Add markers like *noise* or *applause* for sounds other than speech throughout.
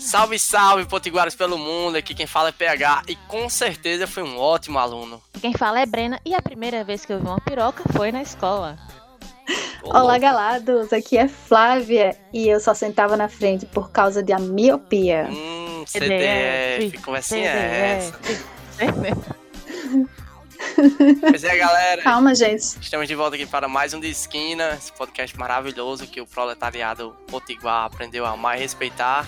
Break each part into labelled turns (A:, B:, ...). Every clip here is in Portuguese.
A: Salve, salve, potiguaras pelo mundo. Aqui quem fala é PH e com certeza fui um ótimo aluno.
B: Quem fala é Brena e a primeira vez que eu vi uma piroca foi na
A: *laughs*
B: escola.
C: Olá, galados! Aqui é Flávia e eu só sentava na frente por causa da miopia.
A: Hum,
B: É
A: CDF, conversinha é essa? Pois é, galera.
C: Calma, gente.
A: Estamos de volta aqui para mais um de Esquina, esse podcast maravilhoso que o proletariado potiguar aprendeu a amar e respeitar.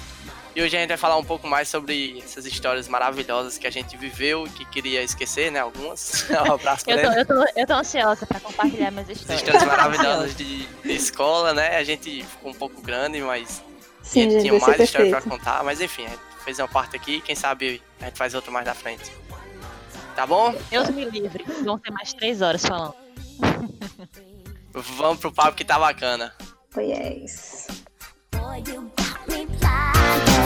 A: E hoje a gente vai falar um pouco mais sobre essas histórias maravilhosas que a gente viveu e que queria esquecer, né? Algumas. *laughs* um abraço
B: Eu
A: pra
B: tô,
A: ele.
B: eu, tô, eu tô ansiosa pra compartilhar minhas
A: Essas
B: histórias. *laughs*
A: histórias maravilhosas de, de escola, né? A gente ficou um pouco grande, mas a
C: Sim,
A: gente
C: gente,
A: tinha
C: vai ser
A: mais história pra
C: perfeito.
A: contar. Mas enfim, a gente fez uma parte aqui. Quem sabe a gente faz outra mais na frente. Tá bom?
B: Deus me livre. Vão ter mais três horas falando.
A: Vamos pro papo que tá bacana.
C: é Yes.
D: Boy, you got me blinded.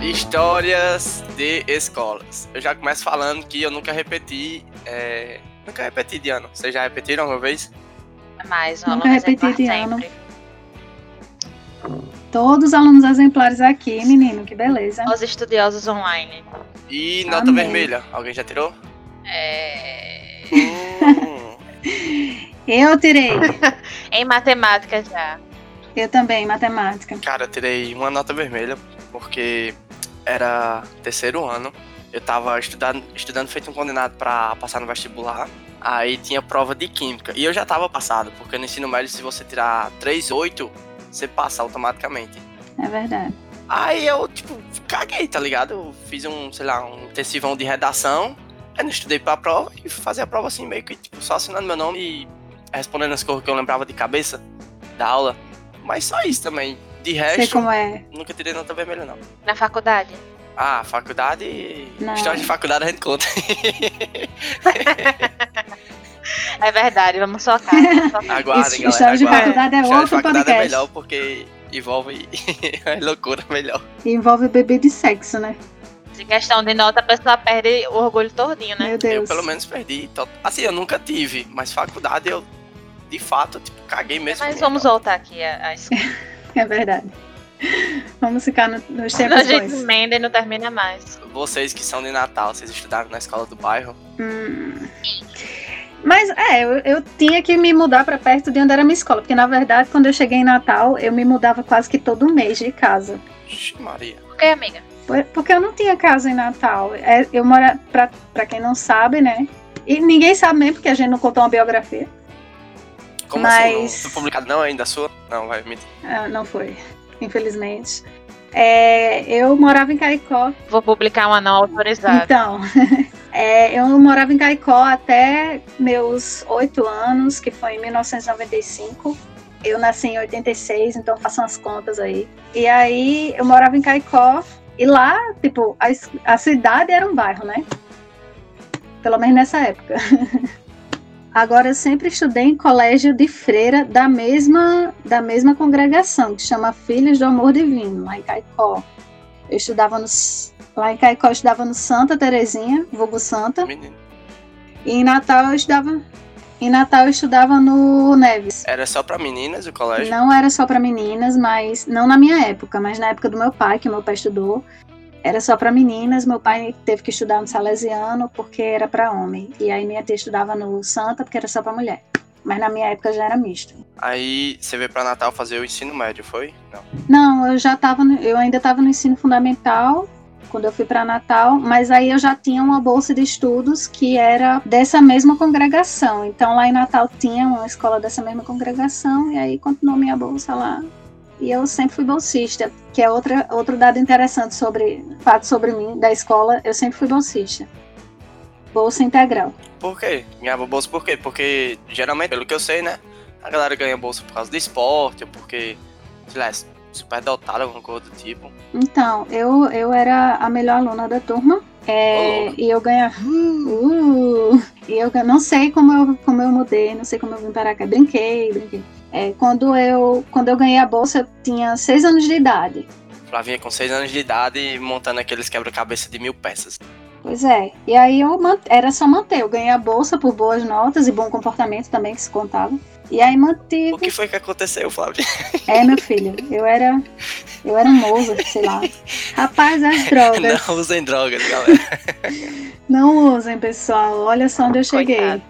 A: Histórias de escolas. Eu já começo falando que eu nunca repeti. é, Nunca repeti de ano. Vocês já repetiram alguma vez?
B: Mais
C: um Nunca aluno repeti exemplar de ano. Todos os alunos exemplares aqui, menino, que beleza.
B: Os estudiosos online.
A: E nota
C: Amém.
A: vermelha? Alguém já
C: *laughs*
A: tirou?
B: É...
A: Hum,
C: Eu tirei.
B: Em matemática já.
C: Eu também, matemática.
A: cara, eu tirei uma nota vermelha porque era terceiro ano. Eu tava estudando, estudando feito um condenado pra passar no vestibular. Aí tinha prova de química. E eu já tava passado, porque no ensino médio, se você tirar 3,8, você passa automaticamente.
C: É verdade.
A: Aí eu, tipo, caguei, tá ligado? Eu fiz um, sei lá, um intensivão de redação, aí não estudei pra prova e fui fazer a prova assim, meio que, tipo, só assinando meu nome e respondendo as coisas que eu lembrava de cabeça da aula. Mas só isso também. De
C: Sei
A: resto,
C: como é.
A: nunca tirei nota vermelha, não.
B: Na faculdade.
A: Ah, faculdade.
C: Não.
A: História de faculdade a gente conta.
B: É verdade, vamos socar.
C: *laughs*
B: Vamos socar.
A: Aguardem,
C: Isso-
A: galera.
C: história de
A: aguardem.
C: faculdade é
A: História de
C: outro
A: faculdade é
C: podcast.
A: melhor porque envolve *laughs* é loucura melhor.
C: Envolve bebê de sexo, né?
B: Se questão de nota, a pessoa perde o orgulho todinho, né?
C: Meu Deus.
A: Eu pelo menos perdi. to- Assim, eu nunca tive, mas faculdade eu, de fato, tipo, caguei mesmo.
B: Mas vamos voltar aqui à, à escola.
C: É verdade. *laughs* Vamos ficar no-
B: *laughs*
C: nos
B: A
C: tempos
B: gente
C: bons.
B: emenda e não termina mais.
A: Então, Vocês que são de Natal, vocês estudaram na escola do bairro?
C: Hum. Mas é, eu, eu tinha que me mudar pra perto de onde era minha escola, porque na verdade quando eu cheguei em Natal eu me mudava quase que todo mês de casa,
A: Ixi, Maria.
B: Por que, amiga?
C: Por- porque eu não tinha casa em Natal. É, Eu mora pra, pra quem não sabe, né? E ninguém sabe mesmo porque a gente não contou uma biografia.
A: Como
C: Mas-
A: assim? Não, não publicado não ainda a sua? Não, vai, me
C: Ah, não foi, infelizmente. É, eu morava em Caicó,
B: Vou publicar um uma não autorizada.
C: Então, *laughs* é, eu morava em Caicó até meus oito anos, que foi em 1995. Eu nasci em 86, então façam as contas aí. E aí eu morava em Caicó e lá, tipo, a, es- a cidade era um bairro, né? Pelo menos nessa época. *laughs* Agora eu sempre estudei em colégio de freira da mesma da mesma congregação, que chama Filhos do Amor Divino, lá em Caicó. Eu estudava nos Lá em Caicó eu estudava no Santa Terezinha, vulgo Santa.
A: Menino.
C: E em Natal eu estudava. Em Natal eu estudava no Neves.
A: Era só pra meninas o colégio?
C: Não era só para meninas, mas não na minha época, mas na época do meu pai, que meu pai estudou, era só para meninas. Meu pai teve que estudar no Salesiano porque era para homem. E aí minha tia estudava no Santa porque era só para mulher. Mas na minha época já era misto.
A: Aí você veio pra Natal fazer o ensino médio, foi? Não.
C: Não, eu já tava, no- eu ainda estava no ensino fundamental quando eu fui para Natal, mas aí eu já tinha uma bolsa de estudos que era dessa mesma congregação. Então lá em Natal tinha uma escola dessa mesma congregação e aí continuou minha bolsa lá. E eu sempre fui bolsista, que é outra, outro dado interessante sobre fato sobre mim da escola. Eu sempre fui bolsista, bolsa integral.
A: Por quê? Ganhava bolsa por quê? Porque geralmente, pelo que eu sei, né? A galera ganha bolsa por causa do esporte, ou porque, sei lá, é super dotada, alguma coisa do tipo.
C: Então eu, eu era a melhor aluna da turma é,
A: Ô, louco.
C: e eu ganhava Uh, e eu não sei como eu, como eu mudei, não sei como eu vim parar cá. Brinquei, brinquei. É, quando, eu, quando eu ganhei a bolsa, eu tinha seis anos de idade.
A: Flavinha com seis anos de idade montando aqueles quebra-cabeça de mil peças.
C: Pois é. E aí eu man- era só manter. Eu ganhei a bolsa por boas notas e bom comportamento também, que se contava. E aí mantive.
A: O que foi que aconteceu, Flávio?
C: É, meu filho, eu era. Eu era um Mozart, sei lá. Rapaz, as
A: *laughs*
C: drogas.
A: Não usem drogas, galera.
C: Não, usem, pessoal. Olha só onde eu cheguei.
B: Coitado.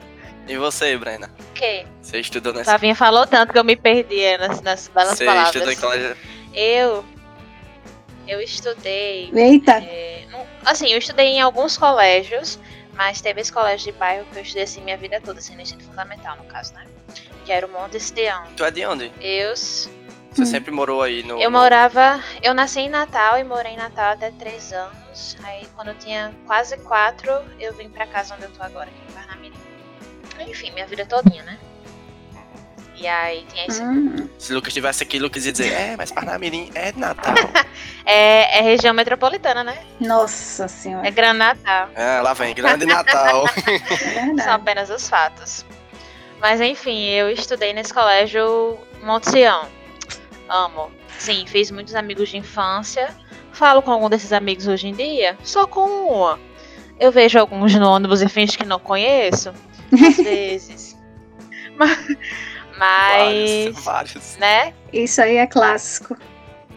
A: E você, Brena?
B: Ok.
A: Você estudou nessa.
B: Flavinha falou tanto que eu me perdi é, nas, nas belas
A: Você
B: palavras.
A: estudou em colégio.
B: Eu. Eu estudei.
C: Eita!
B: é, num- assim, eu estudei em alguns colégios, mas teve esse colégio de bairro que eu estudei assim minha vida toda, assim, no ensino fundamental, no caso, né? Que era o Monte Esteão.
A: Tu é de onde?
B: Eu,
A: Você
C: Hum.
A: sempre morou aí no.
B: eu morava. Eu nasci em Natal e morei em Natal até três anos. Aí, quando eu tinha quase quatro, eu vim pra casa onde eu tô agora, aqui em Parnamirim. Enfim, minha vida todinha, né? E aí tinha esse
C: Hum,
A: Se Lucas estivesse aqui, Lucas ia dizer: É, mas Parnamirim é Natal.
B: É, é região metropolitana, né?
C: nossa
B: É
C: senhora,
B: Gran Natal.
A: ah, lá vem, grande
B: *laughs*
A: Natal.
C: é
B: São
C: verdade.
B: apenas os fatos. Mas enfim, eu estudei nesse colégio Monte Sião. Amo. Sim, fiz muitos amigos de infância. Falo com algum desses amigos hoje em dia, só com uma. Eu vejo alguns no ônibus e finge que não conheço. Às vezes. Mas-
A: Vários,
B: Mas.
A: vários.
B: Né?
C: Isso aí é clássico.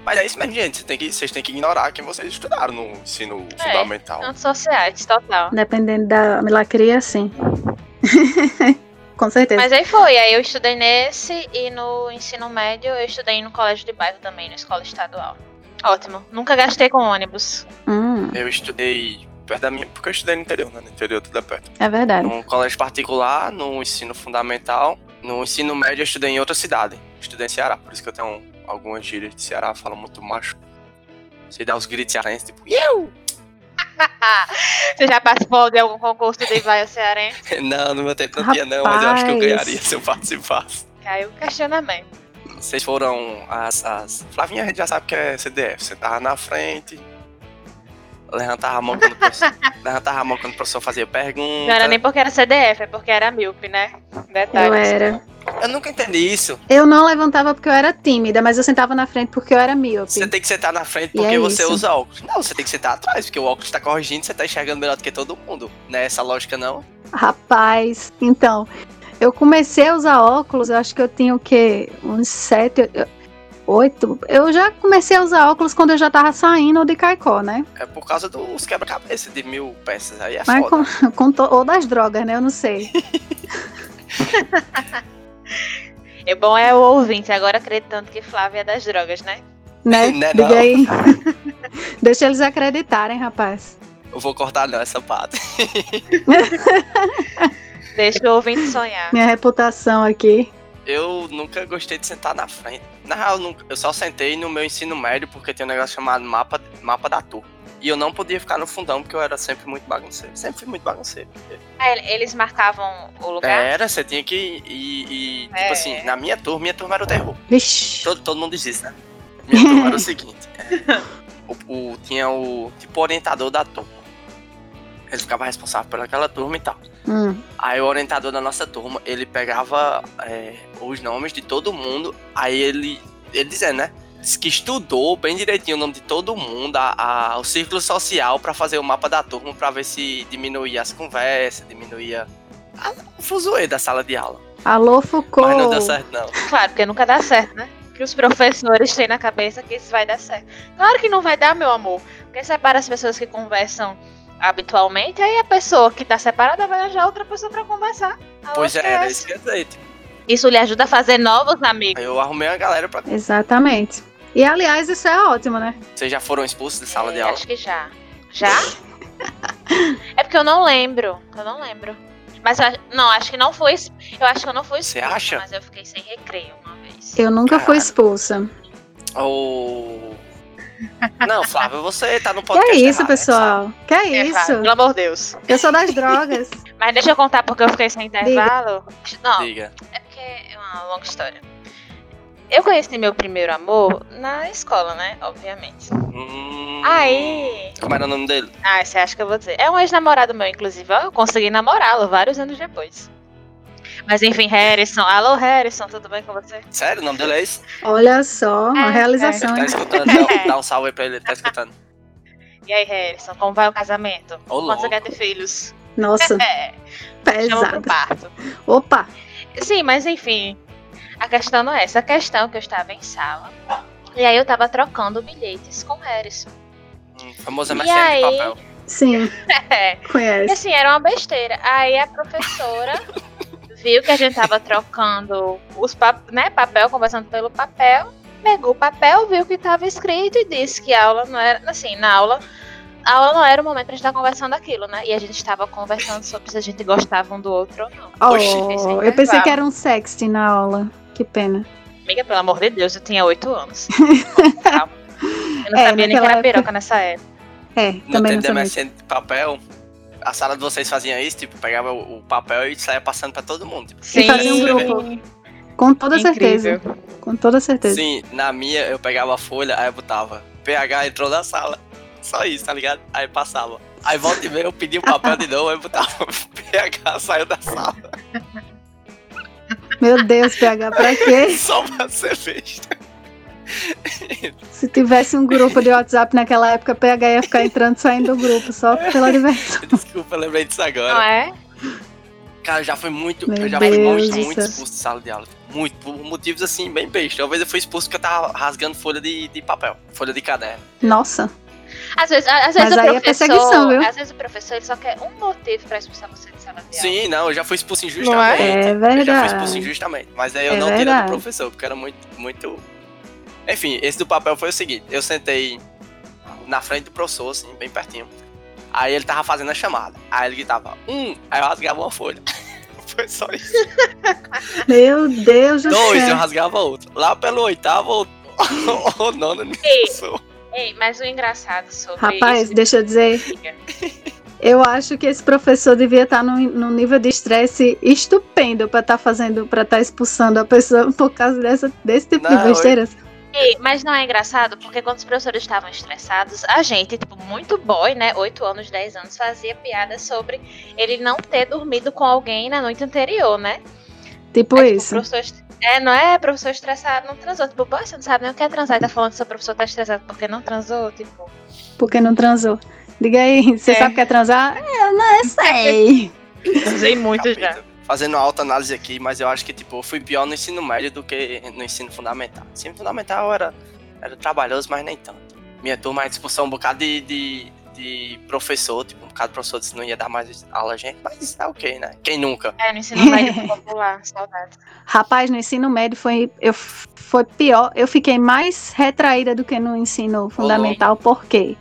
A: Mas é isso mesmo, gente. Você tem que, vocês têm que ignorar quem vocês estudaram no ensino fundamental.
B: Antissociais, total.
C: Dependendo da milacria, sim. *laughs* Com certeza.
B: Mas aí foi, aí eu estudei nesse e no ensino médio eu estudei no colégio de bairro também, na escola estadual. Ótimo. Nunca gastei com ônibus. *laughs*
C: Hum,
A: Eu estudei perto da minha, porque eu estudei no interior, né? No interior tudo é perto.
C: é verdade.
A: Num colégio particular, no ensino fundamental. No ensino médio eu estudei em outra cidade. Estudei em Ceará, por isso que eu tenho algumas gírias de Ceará, falo muito macho. Você dá os gritos cearenses, tipo, eu!
B: Ah, Você já participou de algum concurso de bairro cearense?
A: *laughs* Não, no meu tempo não tinha não, mas eu acho que eu
C: Rapaz.
A: ganharia se eu participasse.
B: Caiu o questionamento.
A: Vocês foram as, as. Flavinha a gente já sabe que é CDF. Você tava na frente. Levantava a mão quando o
C: *laughs*
A: professor, levantava a mão quando o professor fazia pergunta.
B: Não era nem porque era CDF, é porque era míope, né?
C: Eu
B: Detalhe.
C: era.
A: Eu nunca entendi isso.
C: Eu não levantava porque eu era tímida, mas eu sentava na frente porque eu era míope.
A: Você tem que sentar na frente
C: E
A: porque
C: é
A: você
C: isso.
A: usa óculos. Não, você tem que sentar atrás, porque o óculos tá corrigindo, você tá enxergando melhor do que todo mundo. Não é essa lógica, não?
C: Rapaz, então, eu comecei a usar óculos, eu acho que eu tinha o quê? Uns sete, eu- oito. Eu já comecei a usar óculos quando eu já tava saindo de Caicó, né? *laughs*
A: É por causa dos quebra-cabeça de mil peças. Aí é
C: Mas
A: foda.
C: com, com to- ou das drogas, né? Eu não sei.
B: É bom é o ouvinte, agora acreditando que Flávia é das drogas, né?
C: Né?
A: Né,
C: Diga
A: não?
C: aí. *laughs* Deixa eles acreditarem, rapaz.
A: Eu vou cortar não essa parte.
B: Deixa o ouvinte *laughs* sonhar.
C: Minha reputação aqui.
A: Eu nunca gostei de sentar na frente. Na real, eu nunca- eu só sentei no meu ensino médio porque tem um negócio chamado mapa, mapa da turma. E eu não podia ficar no fundão porque eu era sempre muito bagunceiro. Sempre fui muito bagunceiro.
B: Ah, ele- Eles marcavam o lugar?
A: Era, você tinha que ir. ir- ir-
B: É.
A: Tipo assim, na minha turma, minha turma era o terror.
C: Vixe.
A: Todo, todo mundo diz isso, né? Minha turma
B: *laughs*
A: era o seguinte. é, o, o- tinha o tipo orientador da turma. Ele ficava responsável pelaquela turma e tal.
C: Hum.
A: Aí o orientador da nossa turma, ele pegava é, os nomes de todo mundo, aí ele, ele dizendo, né? Diz que estudou bem direitinho o nome de todo mundo, a, a- o círculo social, pra fazer o mapa da turma, pra ver se diminuía as conversas, diminuía a- o fuzuê da sala de aula.
C: Alô,
A: Mas não
C: Foucault.
A: deu certo, não.
B: Claro, porque nunca dá certo, né? Que os professores têm na cabeça que isso vai dar certo. Claro que não vai dar, meu amor. Porque separa as pessoas que conversam habitualmente, aí a pessoa que tá separada vai arranjar outra pessoa pra conversar. A
A: Pois
B: lógica
A: é, era
B: essa.
A: isso que eu ia dizer. tipo,
B: Isso lhe ajuda a fazer novos amigos.
A: Aí eu arrumei uma galera pra.
C: Exatamente. E aliás, isso é ótimo, né?
A: Vocês já foram expulsos de sala de
B: É,
A: aula?
B: Acho que já. Já?
A: *laughs*
B: é porque eu não lembro. Eu não lembro. Mas eu, ach- não, acho que não foi. ex- Eu acho que eu não fui
A: Você
B: expulsa,
A: acha?
B: Mas eu fiquei sem recreio uma vez.
C: Eu nunca fui
A: Caralho.
C: expulsa.
A: Ou. Não, Flávio, você tá no
C: Que
A: podcast.
C: é isso,
A: errado,
C: pessoal? Que é,
B: É,
C: isso?
B: Flávia, Pelo amor de Deus.
C: Eu sou das drogas.
B: Mas deixa eu contar porque eu fiquei sem intervalo. Não,
A: sabe? Diga.
B: É porque é uma longa história. Eu conheci meu primeiro amor na escola, né? Obviamente.
A: Hum,
B: Aí.
A: Como era o nome dele?
B: Ah, você acha que eu vou dizer? É um ex-namorado meu, inclusive. Eu consegui namorá-lo vários anos depois. Mas enfim, Harrison. Alô, Harrison, tudo bem com você?
A: Sério, o nome dele é esse?
C: Olha só, uma
B: É,
C: realização.
A: Tá
C: hein?
A: um escutando? Dá, dá um salve aí pra ele, tá escutando.
B: E aí, Harrison, como vai o casamento?
A: Ô,
B: Quanto você
A: louco.
B: quer ter filhos?
C: Nossa,
B: *laughs* É, chama pro
C: pesado.
B: parto.
C: Opa,
B: Sim, mas enfim. A questão não é essa. A questão é que eu estava em sala. E aí eu tava trocando bilhetes com o Harrison. *laughs*
A: Hum, famosa
B: E
A: MSN
B: aí?
A: de papel.
C: sim,
B: É. E
C: conhece.
B: assim, era uma besteira. Aí a professora viu que a gente tava trocando os pap né, papel, conversando pelo papel, pegou o papel, viu o que tava escrito e disse que a aula não era. Assim, na aula. A aula não era o momento pra gente estar conversando aquilo, né? E a gente estava conversando sobre se a gente gostava um do outro ou não. Oxi. é
C: Oh, eu pensei que era um sexting na aula. Que pena.
B: Amiga, pelo amor de Deus, eu tinha oito *laughs* anos. Calma. Eu não
C: É,
B: sabia nem que
C: naquela
B: era
C: época-
B: piroca nessa época.
C: É,
A: No
C: também não
A: tempo da
C: sabia.
A: MSN de papel, a sala de vocês fazia isso, tipo, pegava o o papel e saia passando pra todo mundo. tipo,
B: Sim.
C: fazia um grupo. Com toda certeza.
B: Incrível.
C: Com toda certeza.
A: Sim, na minha eu pegava a folha, aí eu botava. PH entrou na sala. Só isso, tá ligado? Aí passava. Aí volta e meia eu pedi o papel de novo, aí eu botava. *laughs* PH saiu da sala.
C: Meu Deus, PH, pra quê?
A: Só pra ser besta.
C: Se tivesse um grupo de WhatsApp naquela época, PH ia ficar entrando e saindo do grupo, só pela diversão.
A: Desculpa, eu lembrei disso agora.
B: Não é?
A: Cara, eu já fui muito.
C: Meu
A: eu já fui
C: Deus é
A: muito,
C: do
A: muito
C: céu.
A: expulso de sala de aula. Muito, por motivos assim, bem besta. Uma vez eu fui expulso porque eu tava rasgando folha de, de papel, folha de caderno.
C: Nossa,
B: Às vezes, às vezes
C: Mas
B: o
C: aí é perseguição,
B: professor.
C: viu?
B: às vezes o professor ele só quer um motivo pra expulsar você de sala de aula.
A: Sim, não, eu já fui expulso
B: Não
A: injustamente.
C: é? É
A: Eu já fui
C: verdade.
A: expulso injustamente. Mas aí eu
C: É
A: não tirei do
C: verdade.
A: professor, porque era muito, muito. Enfim, esse do papel foi o seguinte: eu sentei na frente do professor, assim, bem pertinho. Aí ele tava fazendo a chamada. Aí ele gritava, um, aí eu rasgava uma folha. *laughs* Foi só isso.
C: meu Deus do
A: Dois, eu
C: céu.
A: rasgava outra. Lá pelo oitavo *laughs* ou, ou nono
B: Ei,
A: professor.
B: ei, mas o engraçado sobre
C: Rapaz,
B: isso, é
C: deixa eu dizer,
B: amiga,
C: eu acho que esse professor devia estar num, num nível de estresse estupendo pra estar fazendo, para estar expulsando a pessoa *laughs* por causa dessa, desse tipo
A: Não,
C: de besteira.
B: Ei, mas não é engraçado, porque quando os professores estavam estressados, a gente, tipo, muito boy, né? 8 anos, 10 anos, fazia piada sobre ele não ter dormido com alguém na noite anterior, né?
C: Tipo
B: É, tipo,
C: isso.
B: professor est- É, não é professor estressado, não transou. Tipo, pô, você não sabe nem o que é transar e tá falando que seu professor tá estressado porque não transou, tipo.
C: Porque não transou. Diga aí, você
B: É.
C: sabe o que é transar? Eu não sei.
B: Transei muito já.
A: Capeta. Fazendo uma autoanálise aqui, mas eu acho que, tipo, eu fui pior no ensino médio do que no ensino fundamental. No ensino fundamental era, era trabalhoso, mas nem tanto. Minha turma era expulsão um bocado de, de, de professor, tipo, um bocado de professor disse que não ia dar mais aula a gente, mas tá ok, né? Quem nunca?
B: É, no ensino médio popular, saudades.
C: Rapaz, no ensino médio foi, eu, f- foi pior. Eu fiquei mais retraída do que no ensino fundamental. Por quê?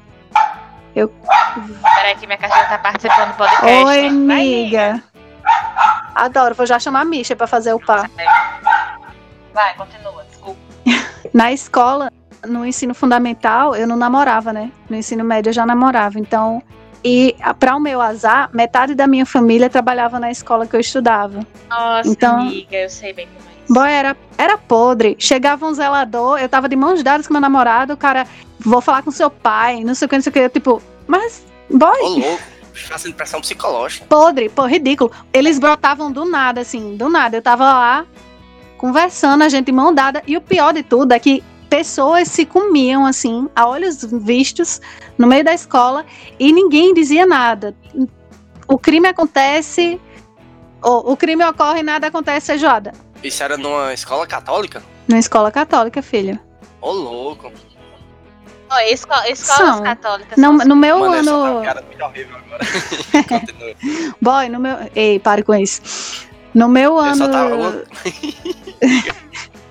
B: Peraí que minha cachorra tá participando do podcast.
C: Oi,
B: Vai,
C: amiga. Adoro, vou já chamar a Misha pra fazer o par.
B: Vai, continua, desculpa.
C: Na escola, no ensino fundamental, eu não namorava, né? No ensino médio eu já namorava. Então, e para o meu azar, metade da minha família trabalhava na escola que eu estudava.
B: Nossa,
C: Então-
B: amiga, eu sei bem como é isso.
C: Boy, era, era podre. Chegava um zelador, eu tava de mãos dadas com meu namorado, o cara, vou falar com seu pai, não sei o que, não sei o que. Eu, tipo, mas, boy,
A: Ô louco, fazendo pressão psicológica.
C: podre, pô, ridículo. Eles brotavam do nada, assim, do nada. Eu tava lá conversando, a gente mão dada. E o pior de tudo é que pessoas se comiam, assim, a olhos vistos, no meio da escola, e ninguém dizia nada. O crime acontece. O, o crime ocorre e nada acontece, feijoada.
A: Isso era numa escola católica?
C: Na escola católica, filha.
A: Ô louco.
B: Ó, esco escolas
C: São.
A: É
B: católicas.
C: Não,
B: são
C: no meu
A: Mano, essa tá uma
C: ano.
A: cara muito horrível agora. *laughs* Continua.
C: Boy, no meu. Ei, pare com isso. No meu
A: Eu
C: ano.
A: É só tá tava.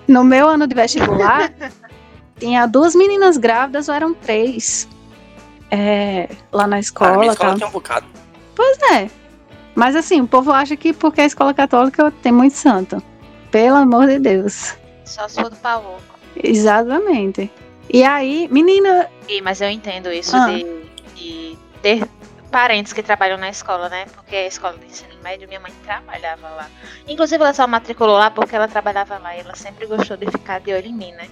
C: No meu ano de vestibular, *laughs* tinha duas meninas grávidas ou eram três. É, lá na
A: Cara, minha
C: escola,
A: escola
C: tá?
A: tinha um bocado.
C: Pois é. Mas assim, o povo acha que porque a escola católica tem muito santo. Pelo amor de Deus.
B: assim, Só sua do pavor.
C: Exatamente. E aí, menina,
B: E, mas eu entendo isso
C: Ah.
B: de, de ter parentes que trabalham na escola, né? Porque a escola de ensino médio, minha mãe trabalhava lá. Inclusive, ela só matriculou lá porque ela trabalhava lá e ela sempre gostou de ficar de olho em mim, né?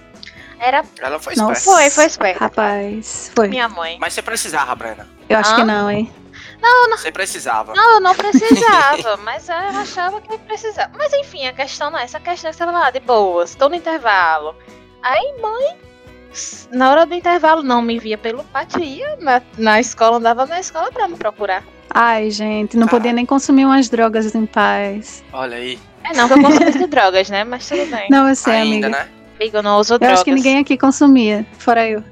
B: Era.
A: Ela foi
C: Nossa.
A: esperta.
B: Foi, foi esperta.
C: rapaz, foi.
B: Minha mãe.
A: Mas você precisava, Brena.
C: Eu acho
B: Hã?
A: Ah.
C: que não, hein?
A: Você precisava.
B: Não, eu não precisava, *laughs* mas eu achava que eu precisava. Mas enfim, a questão não é essa. A questão é que você tava lá de boas, tô no intervalo. Aí, mãe, s- na hora do intervalo não me via pelo pátio, ia na, na escola, andava na escola pra me procurar.
C: Ai, gente, não
A: Cara.
C: podia nem consumir umas drogas em paz.
A: Olha aí.
B: É não que eu consumo de drogas, né? Mas tudo bem.
C: Não, eu sei,
A: Ainda,
C: amiga.
A: né?
B: Amiga, eu não uso
C: Eu
B: drogas.
C: acho que ninguém aqui consumia, fora eu.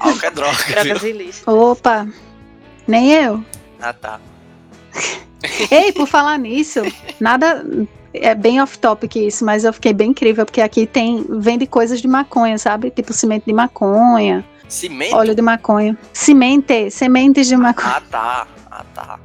A: Álcool é
C: *laughs*
A: droga, viu?
B: Drogas ilícitas.
C: Opa, nem eu.
B: *laughs*
A: Ah, tá.
C: Ei, por falar nisso, nada. É bem off-topic isso, mas eu fiquei bem incrível, porque aqui tem. Vende coisas de maconha, sabe? Tipo cimento de maconha,
A: Cimento?
C: óleo de maconha. Semente, sementes de maconha.
A: Ah, tá. Ah, tá.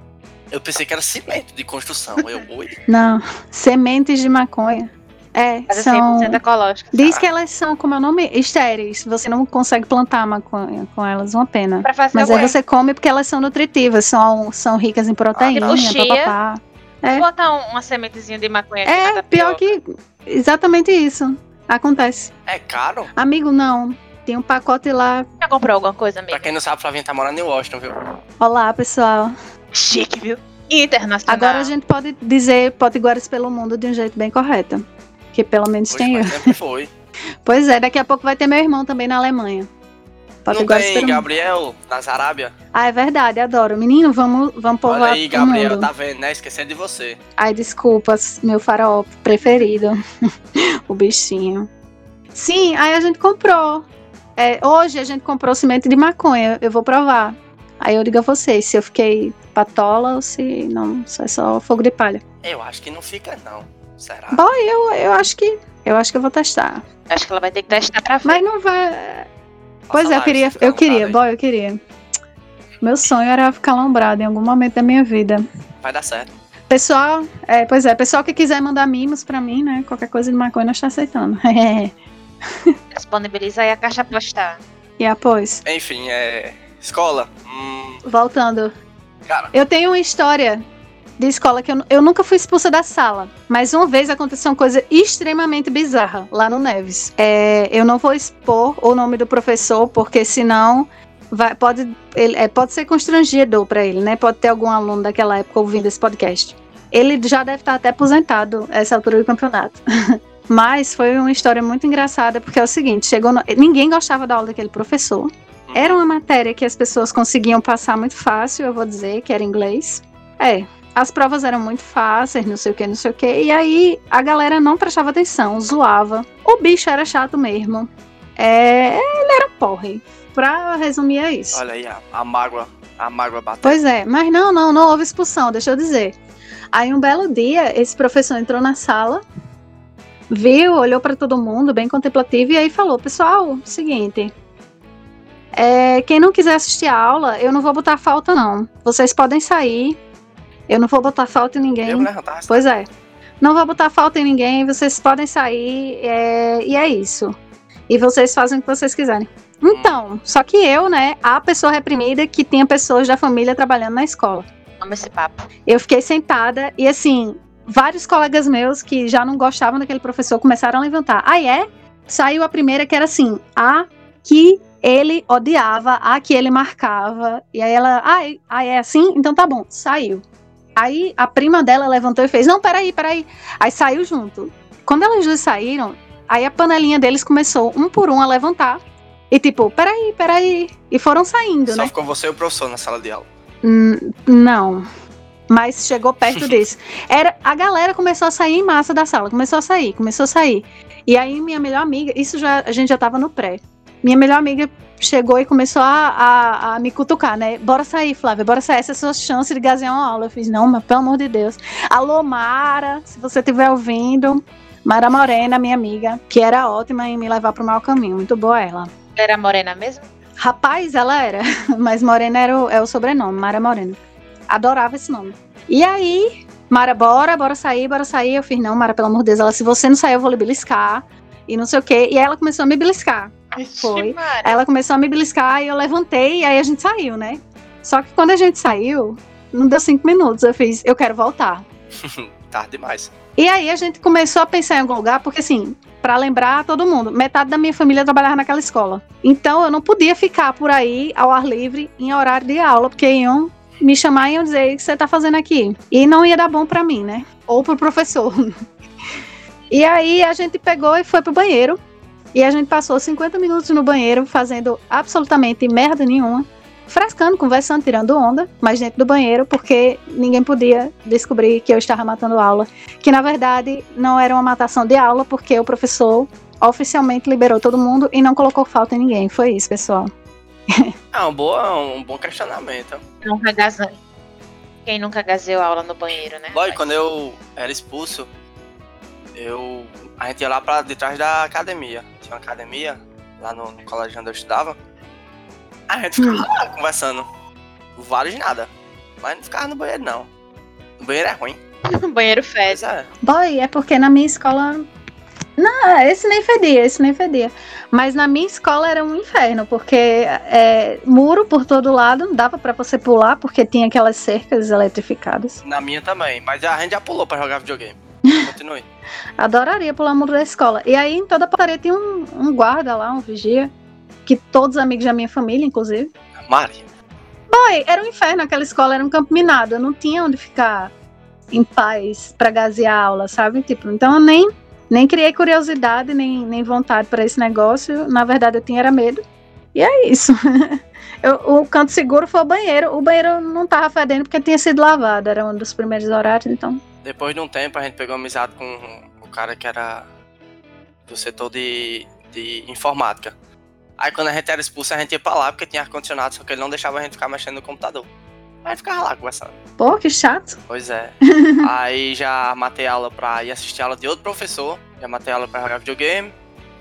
A: Eu pensei que era cimento de construção. Eu, oi?
C: Não, sementes de maconha. É,
B: Mas é
C: são.
B: 100% ecológica.
C: Diz que elas são, como é o nome? Estéreis. Você não consegue plantar maconha com elas, uma pena.
B: Pra fazer
C: Mas é
B: o
C: aí
B: quê?
C: você come porque elas são nutritivas, são, são ricas em proteína,
B: tipo chia.
C: papapá. é.
B: Botar um- uma sementezinha de maconha aqui,
C: É,
B: nada
C: pior que exatamente isso. Acontece.
A: É caro?
C: Amigo, não. Tem um pacote lá.
B: Já comprou alguma coisa, amiga?
A: Pra quem não sabe, Flavinha tá morando em Washington, viu?
C: Olá, pessoal.
B: Chique, viu? Internacional.
C: Agora a gente pode dizer potiguaras pelo mundo de um jeito bem correto. Que pelo menos
A: Hoje,
C: tem eu.
A: mas sempre
C: *laughs*
A: foi.
C: Pois é, daqui a pouco vai ter meu irmão também na Alemanha.
A: Não
C: Potiguaras
A: tem
C: pelo mundo.
A: Gabriel na Zarábia?
C: Ah, é verdade, adoro. Menino, vamos, vamos
A: Olha
C: povoar
A: aí,
C: o
A: Gabriel,
C: mundo.
A: tá vendo, né? Esquecendo de você.
C: Ai, desculpas, meu faraó preferido. *laughs* o bichinho. Sim, aí a gente comprou. É, hoje a gente comprou semente de maconha. Eu vou provar. Aí eu digo a vocês se eu fiquei patola ou se não, se é só fogo de palha.
A: Eu acho que não fica, não. Será?
C: Bom, eu, eu acho que. Eu acho que eu vou testar.
B: Acho que ela vai ter que testar pra ver.
C: Mas não vai.
A: Passa
C: Pois é, eu
A: lá,
C: queria.
A: fica à
C: Eu queria,
A: vontade
C: boy, eu queria. Meu sonho era ficar alombrada em algum momento da minha vida.
A: aí. Vai dar certo.
C: Pessoal, é, pois é, pessoal que quiser mandar mimos pra mim, né? Qualquer coisa de maconha, nós tá aceitando. *laughs*
B: Disponibiliza aí a caixa postal.
C: e ah, após,
A: Enfim, é. Escola? Hum,
C: voltando.
A: Cara.
C: Eu tenho uma história de escola que eu, nu- eu nunca fui expulsa da sala, mas uma vez aconteceu uma coisa extremamente bizarra lá no Neves. É, eu não vou expor o nome do professor, porque senão vai- pode, ele- é, pode ser constrangedor pra ele, né? Pode ter algum aluno daquela época ouvindo esse podcast. Ele já deve estar até aposentado essa altura do campeonato. *laughs* Mas foi uma história muito engraçada, porque é o seguinte: chegou no- ninguém gostava da aula daquele professor. Era uma matéria que as pessoas conseguiam passar muito fácil, eu vou dizer, que era inglês. É, as provas eram muito fáceis, não sei o que, não sei o que. E aí a galera não prestava atenção, zoava. O bicho era chato mesmo. É, ele era porre. Pra resumir, é isso.
A: Olha aí, a, a mágoa. A mágoa bateu.
C: Pois é, mas não, não, não houve expulsão, deixa eu dizer. Aí um belo dia, esse professor entrou na sala, viu, olhou para todo mundo, bem contemplativo, e aí falou: Pessoal, seguinte. é, quem não quiser assistir a aula, eu não vou botar falta, não. Vocês podem sair. Eu não vou botar falta em ninguém.
A: Eu, né? Eu tava-
C: Pois é. Não vou botar falta em ninguém, vocês podem sair, é, e é isso. E vocês fazem o que vocês quiserem. Então, só que eu, né, a pessoa reprimida que tinha pessoas da família trabalhando na escola.
B: Amo esse papo.
C: Eu fiquei sentada e assim, vários colegas meus que já não gostavam daquele professor começaram a levantar. Aí é, saiu a primeira que era assim, a que ele odiava, a que ele marcava. E aí ela, ai, ah, é assim? Então tá bom, saiu. Aí a prima dela levantou e fez, não, peraí, peraí. Aí saiu junto. Quando elas duas saíram, aí a panelinha deles começou um por um a levantar. E tipo, peraí, peraí. E foram saindo,
A: Só
C: né?
A: ficou você e o professor na sala de aula.
C: Hum, Não. Mas chegou perto disso. Era, a galera começou a sair em massa da sala. Começou a sair, começou a sair. E aí minha melhor amiga, isso já a gente já tava no pré. Minha melhor amiga chegou e começou a, a- a me cutucar, né? Bora sair, Flávia, bora sair. Essa é a sua chance de gazear uma aula. Eu fiz, não, mas pelo amor de Deus. Alô, Mara, se você estiver ouvindo. Mara Morena, minha amiga, que era ótima em me levar pro mau caminho. Muito boa ela.
B: Ela era morena mesmo?
C: Rapaz, ela era, *laughs* mas Morena era o, é o sobrenome, Mara Morena. Adorava esse nome. E aí, Mara, bora, bora sair, bora sair. Eu fiz, não, Mara, pelo amor de Deus, ela, se você não sair, eu vou lhe beliscar. E não sei o quê. E aí ela começou a me beliscar. Foi.
B: Ixi, Mara.
C: Aí ela começou a me beliscar e eu levantei, e aí a gente saiu, né? Só que quando a gente saiu, não deu cinco minutos. Eu fiz, eu quero voltar.
A: Tarde demais.
C: E aí a gente começou a pensar em algum lugar, porque assim, pra lembrar todo mundo, metade da minha família trabalhava naquela escola. Então eu não podia ficar por aí ao ar livre em horário de aula, porque iam me chamar e iam dizer o que você tá fazendo aqui. E não ia dar bom pra mim, *laughs* né? Ou pro professor. E aí a gente pegou e foi pro banheiro. E a gente passou 50 minutos no banheiro fazendo absolutamente merda nenhuma, frascando, conversando, tirando onda, mas dentro do banheiro, porque ninguém podia descobrir que eu estava matando aula. Que na verdade não era uma matação de aula, porque o professor oficialmente liberou todo mundo e não colocou falta em ninguém. Foi isso, pessoal.
A: É um, boa, um bom questionamento.
B: Nunca gaze- Quem nunca gazeou aula no banheiro, né?
A: Boy,
B: Mas-
A: quando eu era expulso, eu. A gente ia lá pra detrás da academia. Tinha uma academia lá no, no colégio onde eu estudava. A gente ficava lá conversando. Vários nada. Mas não ficava no banheiro, não. O banheiro é ruim.
B: *laughs* No banheiro fez.
A: Mas é.
C: Boy, é porque na minha escola. Não, esse nem fedia, esse nem fedia. Mas na minha escola era um inferno, porque é, muro por todo lado, não dava pra você pular, porque tinha aquelas cercas eletrificadas.
A: Na minha também. Mas a gente já pulou pra jogar *laughs* videogame. Continue.
C: Adoraria pular muro da escola. E aí em toda a portaria tinha um, um guarda lá, um vigia, que todos os amigos da minha família, inclusive.
A: Mari.
C: Boy, era um inferno, aquela escola era um campo minado, eu não tinha onde ficar em paz pra gazear a aula, sabe? Tipo, então eu nem, nem criei curiosidade, nem, nem vontade pra esse negócio. Na verdade, eu tinha era medo. E é isso. *laughs* Eu- o canto seguro foi o banheiro. O banheiro não tava fedendo porque tinha sido lavado, era um dos primeiros horários, então.
A: Depois de um tempo a gente pegou amizade com o cara que era do setor de, de informática. Aí quando a gente era expulso, a gente ia pra lá porque tinha ar-condicionado, só que ele não deixava a gente ficar mexendo no computador. Aí ficava lá conversando.
C: Pô, que chato.
A: Pois é. Aí já matei aula pra ir assistir aula de outro professor. Já matei aula pra jogar videogame.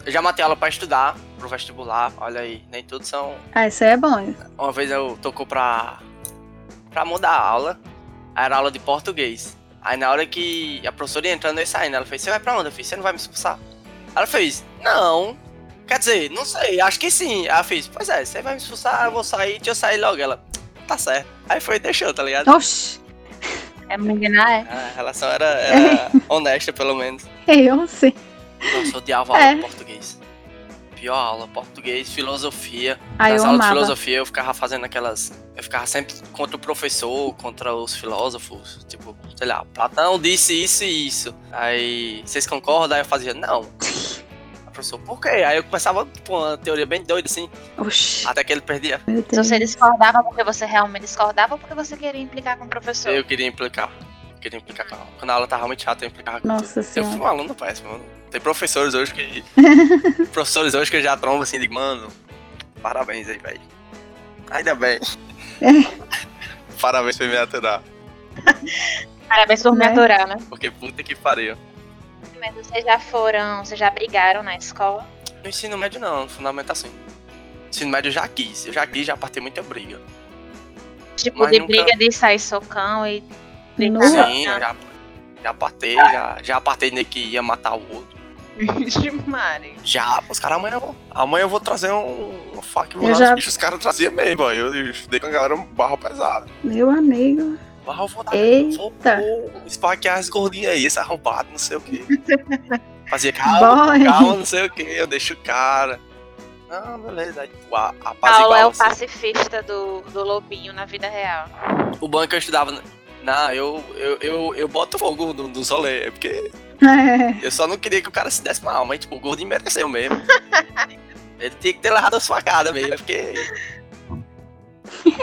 A: Eu já matei aula pra estudar, pro vestibular. Olha aí, nem tudo são
C: Ah, isso aí é bom.
A: uma vez eu tocou pra, pra mudar a aula. Aí Era aula de português. Aí na hora que a professora ia entrando e saindo, ela fez, você vai pra onde? Eu fiz, você não vai me expulsar? Ela fez, não. Quer dizer, não sei, acho que sim. Aí eu fiz, pois é, você vai me expulsar, eu vou sair, deixa eu sair logo. Ela, tá certo. Aí foi e deixou, tá ligado?
C: Oxi, *laughs*
B: É menina, é.
A: A relação era, era honesta, pelo menos.
C: eu sim.
A: Nossa, eu odiava aula
C: É.
A: de português. Pior aula, português, filosofia.
C: Aí
A: Nas
C: eu
A: aulas de
C: amava.
A: filosofia eu ficava fazendo aquelas. Eu ficava sempre contra o professor, contra os filósofos. Tipo, sei lá, Platão disse isso e isso. Aí, vocês concordam? Aí eu fazia, não. *laughs* A professor, por quê? Aí eu começava tipo, uma teoria bem doida assim,
C: Oxi,
A: até que ele perdia.
C: meu
B: Se
C: Deus.
B: você discordava porque você realmente discordava ou porque você queria implicar com o professor?
A: Eu queria implicar. Eu queria implicar com a aula. Quando a aula tava muito chata, eu implicava com tudo.
C: Nossa
A: Eu
C: senhora.
A: fui um aluno péssimo. mano. Tem professores hoje
C: *laughs*
A: que. professores hoje que eu já trombo assim, digo, mano, parabéns aí, velho. Ainda
C: *laughs*
A: bem. parabéns por me aturar.
B: Parabéns por me
C: Né?
B: aturar, né?
A: Porque puta que pariu.
B: Mas vocês já foram, vocês já brigaram na escola?
A: No ensino médio não, no fundamental sim. Ensino médio eu já quis. Eu já quis, já parti muita briga.
B: Tipo,
A: Mas
B: de
A: nunca-
B: briga de sair socão e.
C: Nunca.
B: Brigar
A: Sim, eu já, já partei, já, já partei de que ia matar o outro.
B: Demais.
A: Já, os caras amanhã eu vou. Amanhã eu vou trazer um, um fac
C: Eu já-
E: Bicho, os caras traziam mesmo, ó. Eu, eu estudei com a galera um barro pesado.
C: Meu amigo.
A: Mas eu vou dar Vou,
C: Eita.
A: vou esfaquear esse gordinho aí, esse arrombado, não sei o
C: *laughs*
A: que. Fazia calma,
C: Boy.
A: calma, não sei o que, eu deixo o cara. Não, beleza. Aí, tipo, a, a paz
B: Paulo é
A: igual,
B: o pacifista do, do lobinho na vida real.
A: O banco eu estudava. né? Não, eu, eu, eu, eu boto fogo no, no solê, é porque
C: É.
A: eu só não queria que o cara se desse mal, mas tipo, o gordinho mereceu mesmo.
C: *laughs*
A: Ele tinha que ter levado a sua cara mesmo, é porque.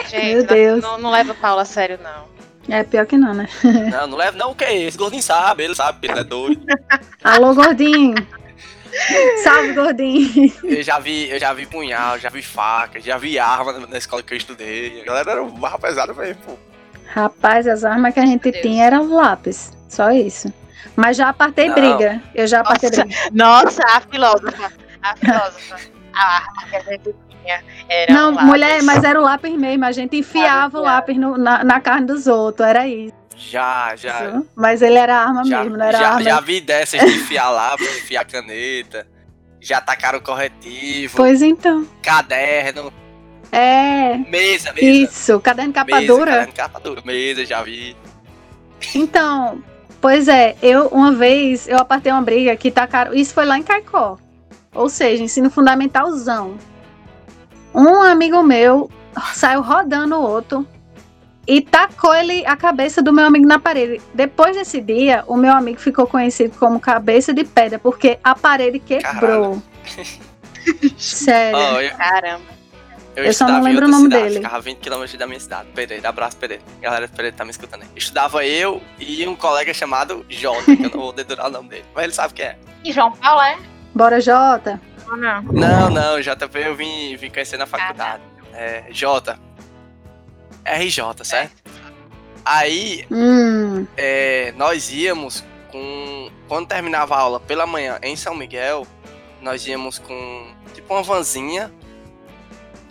B: Gente,
C: *laughs* Meu
B: não-
C: Deus.
B: Não, não leva o Paulo a sério, não.
C: *laughs* É pior que não, né?
A: Não, não leva, não, o que? é Esse gordinho sabe, ele sabe, que ele é doido.
C: Alô, gordinho. Salve, gordinho.
A: Eu já vi, eu já vi punhal, já vi faca, já vi arma na, na escola que eu estudei.
E: A galera era um barro pesado mesmo, pô.
C: Rapaz, as armas que a gente
B: Meu Deus.
C: tinha eram lápis. Só isso. Mas já apartei
A: Não.
C: briga. Eu já apartei
B: Nossa.
C: briga.
B: Nossa, a filósofa. A filósofa. a arma que a gente tinha era
C: Não,
B: um lápis.
C: mulher, mas era o lápis mesmo. A gente enfiava o
B: piada.
C: lápis no- na, na carne dos outros. Era isso.
A: Já, já.
C: Mas ele era arma
A: já,
C: é mesmo, não era
A: já,
C: arma.
A: já vi dessas de enfiar lápis, enfiar caneta. Já tacaram corretivo,
C: Pois então.
A: caderno,
C: É.
A: mesa, mesa.
C: Isso, caderno de capa
A: mesa,
C: dura.
A: caderno, capa dura. Mesa, já vi.
C: Então, pois é, eu uma vez eu apartei uma briga que tacaram. Isso foi lá em Caicó. Ou seja, ensino fundamentalzão. Um amigo meu saiu rodando o outro e tacou ele a cabeça do meu amigo na parede. Depois desse dia, o meu amigo ficou conhecido como cabeça de pedra, porque a parede quebrou. *laughs* Sério.
A: Ó, eu,
B: Caramba.
C: Eu só
A: estudava
C: não
A: em
C: lembro
A: outra
C: o nome
A: cidade,
C: dele.
A: ficava 20 km da minha cidade, Pereira. Abraço, Pereira. Galera do Pereira tá me escutando aí. Estudava eu e um colega chamado Jota, que eu não vou dedurar o nome dele. Mas ele sabe quem é.
B: E João Paulo é?
C: Bora, Jota.
B: Ou não?
A: Não, não, Jota eu vim, vim conhecer na faculdade. É, Jota. RJ, certo? Aí,
C: Hum,
A: é, nós íamos com. Quando terminava a aula pela manhã em São Miguel, nós íamos com tipo uma vanzinha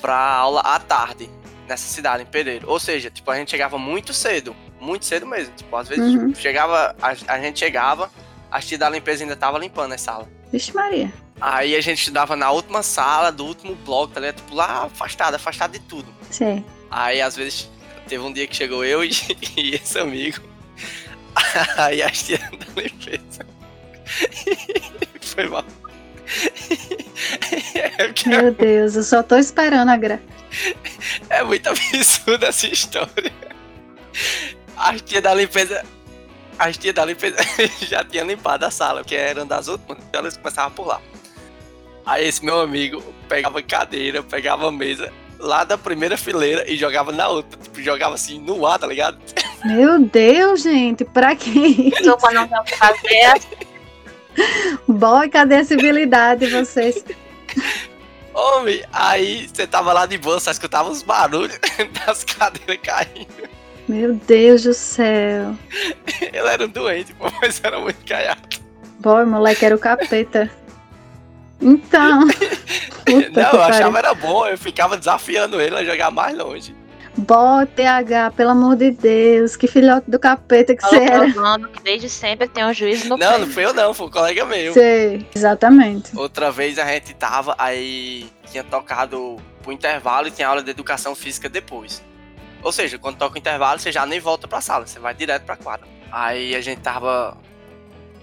A: pra aula à tarde, nessa cidade, em Pereira. Ou seja, tipo, a gente chegava muito cedo, muito cedo mesmo. Tipo, às vezes
C: Uhum.
A: chegava, a, a gente chegava, a tia da limpeza ainda tava limpando a sala.
C: vixe Maria.
A: Aí a gente estudava na última sala do último bloco, tá ligado? Tipo, lá afastado, afastado de tudo.
C: Sei.
A: Aí às vezes teve um dia que chegou eu e, *laughs* e esse amigo. Aí a tia *laughs* da limpeza. Foi mal. É, porque
C: Meu Deus, eu só tô esperando a gra...
A: é muito absurda essa história. As tia da limpeza. As tia da limpeza *laughs* já tinha limpado a sala, porque eram das últimas, então elas começavam por lá. Aí esse meu amigo pegava cadeira, pegava mesa lá da primeira fileira e jogava na outra. Tipo, jogava assim no ar, tá ligado?
C: Meu Deus, gente, pra quem?
B: Então, quando não tem o que fazer,
C: *laughs* Boy, cadê a civilidade de vocês?
A: Homem, aí você tava lá de boa, só escutava os barulhos *laughs* das cadeiras caindo.
C: Meu Deus do céu.
A: Ele era um doente, pô, mas era muito caiado.
C: Boy, moleque, era o capeta.
A: *laughs*
C: Então. Puta
A: Não,
C: que
A: eu achava
C: pariu.
A: era bom, eu ficava desafiando ele a jogar mais longe.
C: Boy, TH, pelo amor de Deus, que filhote do capeta que você
B: falou
C: era.
B: provando que desde sempre tem um juízo no
A: Não,
B: pé.
A: não foi eu não, foi um colega meu.
C: Sei, exatamente.
A: Outra vez a gente tava, aí tinha tocado pro intervalo e tinha aula de educação física depois. Ou seja, quando toca o intervalo, você já nem volta pra sala, você vai direto pra quadra. Aí a gente tava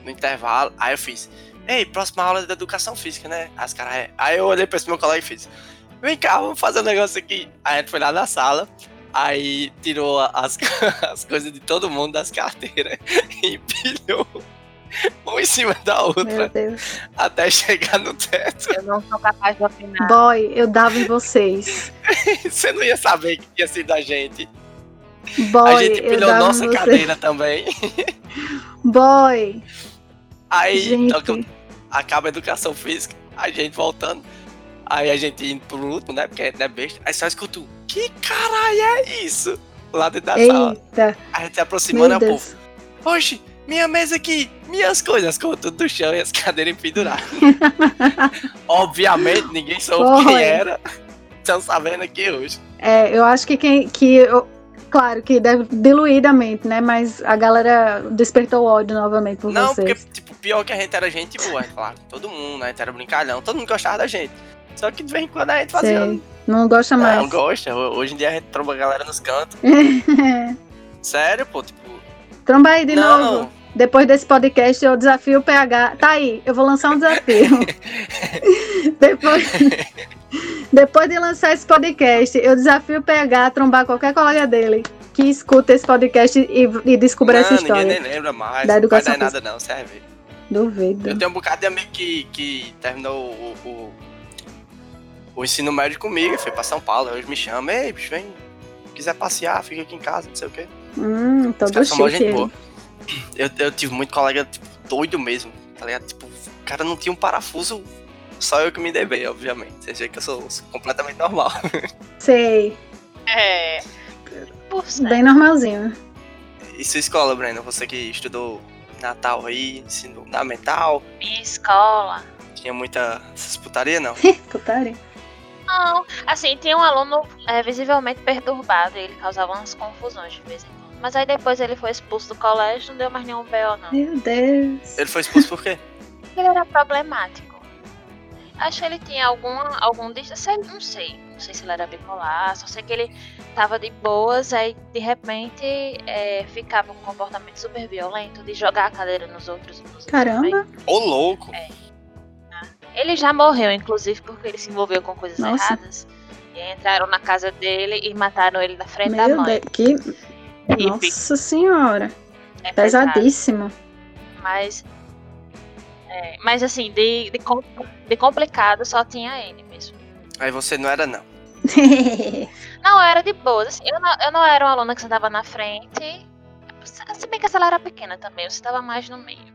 A: no intervalo, aí eu fiz, ei, próxima aula é de educação física, né? Aí os caras, "É." aí eu olhei pra esse meu colega e fiz, vem cá, vamos fazer um negócio aqui. Aí a gente foi lá na sala, aí tirou as, *laughs* as coisas de todo mundo das carteiras *laughs* e empilhou um em cima da outra
C: Meu Deus.
A: até chegar no teto.
B: Eu não sou capaz de opinar.
C: Boy, eu dava em vocês.
A: *laughs* Você não ia saber que tinha sido a gente.
C: Boy,
A: a gente
C: eu
A: pilhou
C: dava
A: nossa
C: em vocês.
A: cadeira também.
C: Boy,
A: Aí
C: gente.
A: toca- acaba a educação física, a gente voltando. Aí a gente indo pro último, né? Porque a gente não é besta. Aí só escuta um, que caralho é isso? Lá dentro da sala.
C: Eita,
A: A gente se aproximando,
C: meu
A: é o povo.
C: Deus.
A: Oxe, minha mesa aqui, minhas coisas, com tudo do chão e as cadeiras
C: *laughs*
A: penduradas. Obviamente, ninguém soube quem
C: Foi.
A: era. Estão sabendo aqui hoje.
C: É, eu acho que quem. Que eu- claro que deve diluir da mente, né? Mas a galera despertou ódio novamente por
A: Não,
C: vocês.
A: porque, tipo, pior que a gente era gente boa, a gente falava com todo mundo, a gente era brincalhão, todo mundo gostava da gente. Só que de vez em quando a gente fazia. um,
C: Sei. Não gosta
A: Não,
C: mais.
A: gosta. Ho- Hoje em dia a gente tromba a galera nos cantos. Sério, pô, tipo.
C: *laughs* Tromba aí de
A: não,
C: novo. Depois desse podcast, eu desafio o PH. Tá aí, eu vou lançar
A: *laughs*
C: um desafio. depois, depois de lançar esse podcast, eu desafio o PH a trombar qualquer colega dele que escuta esse podcast e, e descubra
A: não,
C: essa
A: ninguém
C: história.
A: nem lembra mais.
C: Da
A: não vai
C: educação
A: dar em nada, não, serve. Eu
C: Duvido.
A: tenho um bocado de amigo que, que terminou o, o, o ensino médio comigo, foi pra São Paulo. Hoje me chama, ei, bicho, vem. Quiser passear, fica aqui em casa, não sei o quê.
C: Hum,
A: Os
C: todo
A: caras são mó
C: chique.
A: gente
C: ele.
A: boa. *clears throat* Eu, eu tive muito colega, tipo, doido mesmo, tá ligado? Tipo, o cara não tinha um parafuso, só eu que me dei bem, obviamente. Vocês veem que eu sou, sou completamente normal. *laughs*
C: Sei,
B: É. Por certo.
C: bem normalzinho.
A: E sua escola, Breno? Você que estudou Natal aí, ensino fundamental,
B: Minha escola.
A: tinha muita essas putaria, não?
C: Putaria.
B: Não, assim, tinha um aluno é, visivelmente perturbado e ele causava umas confusões de vez em quando. Mas aí depois ele foi expulso do colégio, não deu mais nenhum B.O. não.
C: Meu Deus.
A: Ele foi expulso por quê?
B: Ele era problemático. Acho que ele tinha alguma, algum distúrbio, não sei. Não sei se ele era bipolar, só sei que ele tava de boas, aí de repente é, ficava com um comportamento super violento de jogar a cadeira nos outros. inclusive, também.
C: Caramba.
A: *laughs* Ô louco!
B: Ele já morreu, inclusive, porque ele se envolveu com coisas
C: Nossa.
B: erradas. E aí entraram na casa dele e mataram ele na frente da
C: Meu
B: né, mãe.
C: Deus. Que...
B: Hippie.
C: Nossa senhora.
B: É pesado,
C: Pesadíssimo.
B: Mas É, mas assim, de, de, com- de complicado só tinha N mesmo.
A: Aí você não era, não.
B: Não, eu era de boas. assim, eu, não, eu não era uma aluna que sentava na frente. Se se bem que essa lá era pequena também, eu sentava mais no meio.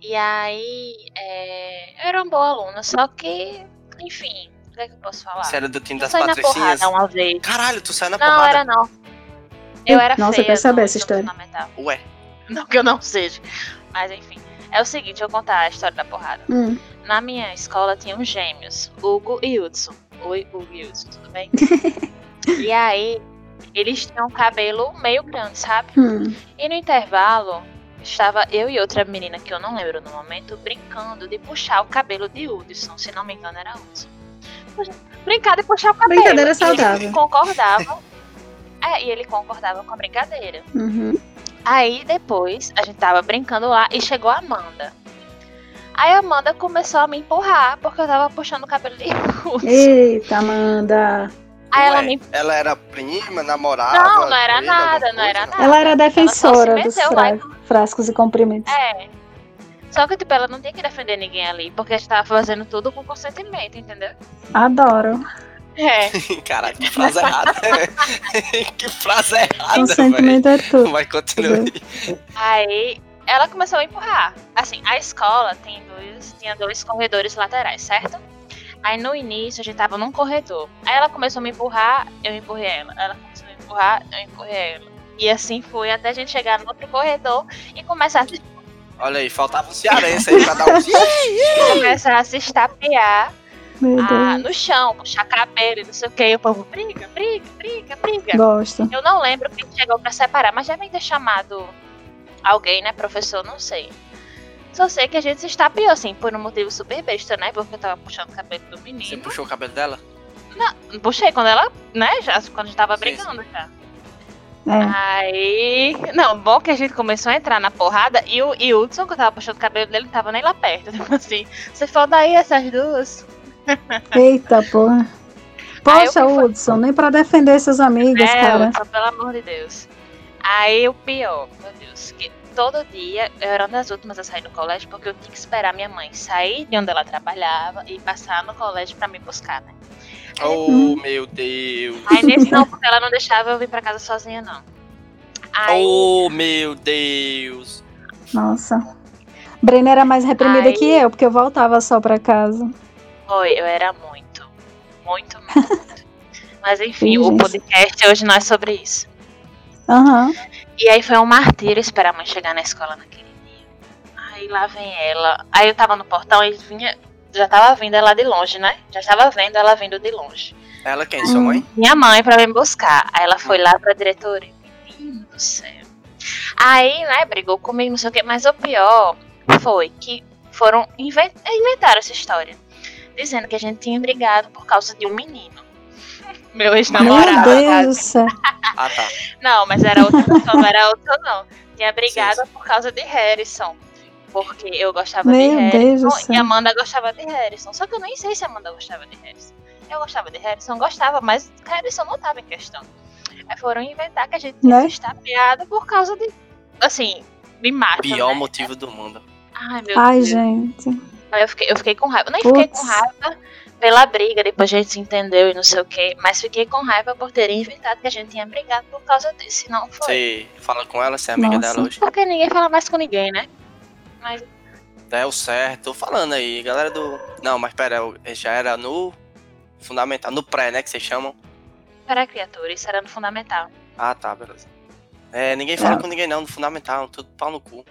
B: E aí, é, eu era uma boa aluna, só que, enfim, o que é que eu posso falar?
A: Você era do time
B: eu
A: das
B: saí na
A: patricinhas.
B: porrada uma vez.
A: Caralho, tu saiu na
B: Não,
A: porrada.
B: era não. Eu era
F: Nossa, eu
B: feia.
F: quero saber
B: no
F: essa
B: ensino
F: história.
B: fundamental.
A: Ué,
B: *laughs* Não que eu não seja. Mas enfim. É o seguinte, eu vou contar a história da porrada.
F: *laughs* Hum.
B: Na minha escola tinham gêmeos, Hugo e Hudson. Oi, Hugo e Hudson, tudo
F: *laughs*
B: bem? e aí, eles tinham um cabelo meio grande, sabe?
F: Hum.
B: E no intervalo, estava eu e outra menina, que eu não lembro no momento, brincando de puxar o cabelo de Hudson. Se não me engano, era Hudson. Puxa- Brincar de puxar o cabelo.
F: Brincadeira
B: E
F: saudável.
B: Ele concordava. É, e ele concordava com a brincadeira.
F: Uhum.
B: Aí depois a gente tava brincando lá e chegou a Amanda. Aí a Amanda começou a me empurrar porque eu tava puxando o cabelo de Russo.
F: Eita, Amanda.
B: Aí ela
A: ué.
B: me.
A: Ela era prima, namorada.
B: Não, não era
A: doida, alguma
B: nada, não
A: coisa,
B: era nada.
F: Ela era defensora
B: Ah, Ela só
F: dos
B: se meteu lá e-
F: fra- frascos e comprimidos.
B: É. Só que, tipo, ela não tinha que defender ninguém ali, porque a gente tava fazendo tudo com consentimento, entendeu?
F: Adoro.
B: É.
A: Caralho, que frase errada. *laughs* que frase errada, velho.
F: Consentimento é tudo.
A: Vai, continua. aí.
B: Aí ela começou a empurrar. Assim, a escola tem dois, tinha dois corredores laterais, certo? Aí no início a gente tava num corredor. Aí ela começou a me empurrar, eu empurrei ela. Ela começou a me empurrar, eu empurrei ela. E assim foi até a gente chegar no outro corredor e começar, a-
A: Olha aí, faltava um cearense aí pra dar um...
B: começar a se estapear
F: Meu
B: ah,
F: Deus.
B: no chão, puxar cabelo e não sei o que. E o povo briga, briga, briga, briga.
F: Gosto.
B: Eu não lembro quem chegou pra separar, mas devem ter chamado alguém, né? Professor, não sei. Só sei que a gente se estapeou, assim, por um motivo super besta, né? Porque eu tava puxando o cabelo do
A: Você
B: menino.
A: puxou o cabelo dela?
B: Puxei quando ela, né? Já, quando a gente tava
A: Sim,
B: brigando já.
F: É.
B: Aí. Não, bom que a gente começou a entrar na porrada e o e o Hudson, que eu tava puxando o cabelo dele, não tava nem lá perto. *laughs* Tipo assim, você falou daí essas duas?
F: Eita, porra. Poxa,
B: Ah, tá. eu fui-
F: Hudson, nem pra defender seus amigos,
B: É,
F: cara.
B: Hudson, pelo amor de Deus. Aí o pior, meu Deus, que todo dia eu era uma das últimas a sair do colégio porque eu tinha que esperar minha mãe sair de onde ela trabalhava e passar no colégio pra me buscar, né?
A: Oh,
F: Hum.
A: meu Deus.
B: Aí nesse não, porque ela não deixava eu vir pra casa sozinha, não. Aí,
A: Oh, meu Deus.
F: Nossa. Brena era mais reprimida
B: Aí-
F: que eu, porque eu voltava só pra casa.
B: Foi, eu era muito. Muito, muito. Mas enfim,
F: Ih,
B: o
F: gente.
B: podcast hoje não é sobre isso.
F: Aham.
B: E aí foi um martírio esperar a mãe chegar na escola naquele dia. Aí lá vem ela. Aí eu tava no portão e vinha. Já tava vindo ela de longe, né? Já tava vendo ela vindo de longe.
A: Ela quem?
F: Hum.
A: Sua mãe?
B: Minha mãe pra me buscar. Aí ela foi lá pra diretoria. Menino do céu. Aí, né, brigou comigo, não sei o quê. Mas o pior foi que foram. inven- Inventaram essa história. Dizendo que a gente tinha brigado por causa de um menino. Meu
F: Meu
B: ex-namorado.
F: Deus do céu.
A: Ah, tá.
B: Não, mas era *laughs* outra pessoa, não era outra não. Tinha brigado por causa de Harrison. Porque eu gostava
F: Meu
B: de
F: Deus do
B: Harrison e
F: céu.
B: Amanda gostava de Harrison. Só que eu nem sei se Amanda gostava de Harrison. Eu gostava de Harrison, gostava, mas Harrison não tava em questão. Aí foram inventar que a gente tinha
F: Né?
B: se estapeado por causa de. Assim, me mata.
A: Pior
B: né?
A: motivo do mundo.
B: Ai, meu
F: Ai,
B: Deus.
F: gente.
B: Aí eu fiquei, eu fiquei com raiva. Eu nem fiquei com
F: Putz.
B: raiva pela briga, depois a gente se entendeu e não sei o quê. Mas fiquei com raiva por terem inventado que a gente tinha brigado por causa disso. e Não foi.
A: Você fala com ela, você é amiga
F: Nossa.
A: dela hoje.
B: Porque ninguém fala mais com ninguém, né?
A: É o certo. Tô falando aí, galera do... Não, mas pera, eu- já era no... Fundamental, no pré, né, que vocês chamam.
B: Para a criatura, isso era no fundamental.
A: Ah, tá, beleza. É, ninguém fala
F: Não.
A: com ninguém não, no fundamental, tudo pau no cu.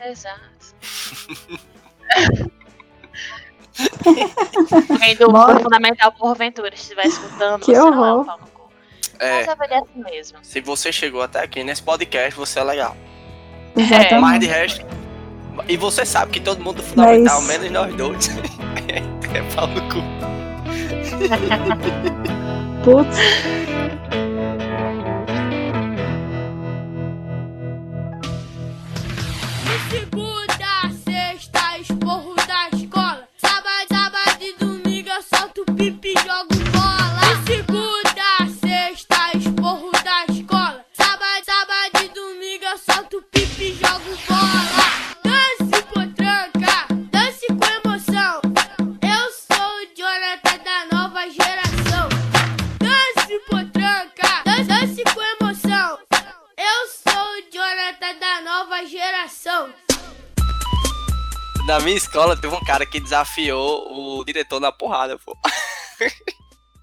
B: É,
C: *laughs*
B: exato. Alguém do
F: Bora.
B: fundamental por ventura estiver escutando,
F: Que
B: você não é
F: horror.
B: um pau no cu.
A: É,
B: Mas é verdade mesmo.
A: se você chegou até aqui nesse podcast, você é legal.
B: É.
C: um
A: Mas de resto. E você sabe que todo mundo é fundamental,
F: Mas-
A: menos nós dois. *laughs* é pau no cu.
F: Putz.
G: De segunda a sexta, esporro da escola. Sábado, sábado e domingo eu solto pipi e jogo bola. De segunda a sexta, esporro da escola. Sábado, sábado e domingo eu solto pipi e jogo bola. Dance potranca, dance
A: na minha escola teve um cara que desafiou o diretor na porrada, pô.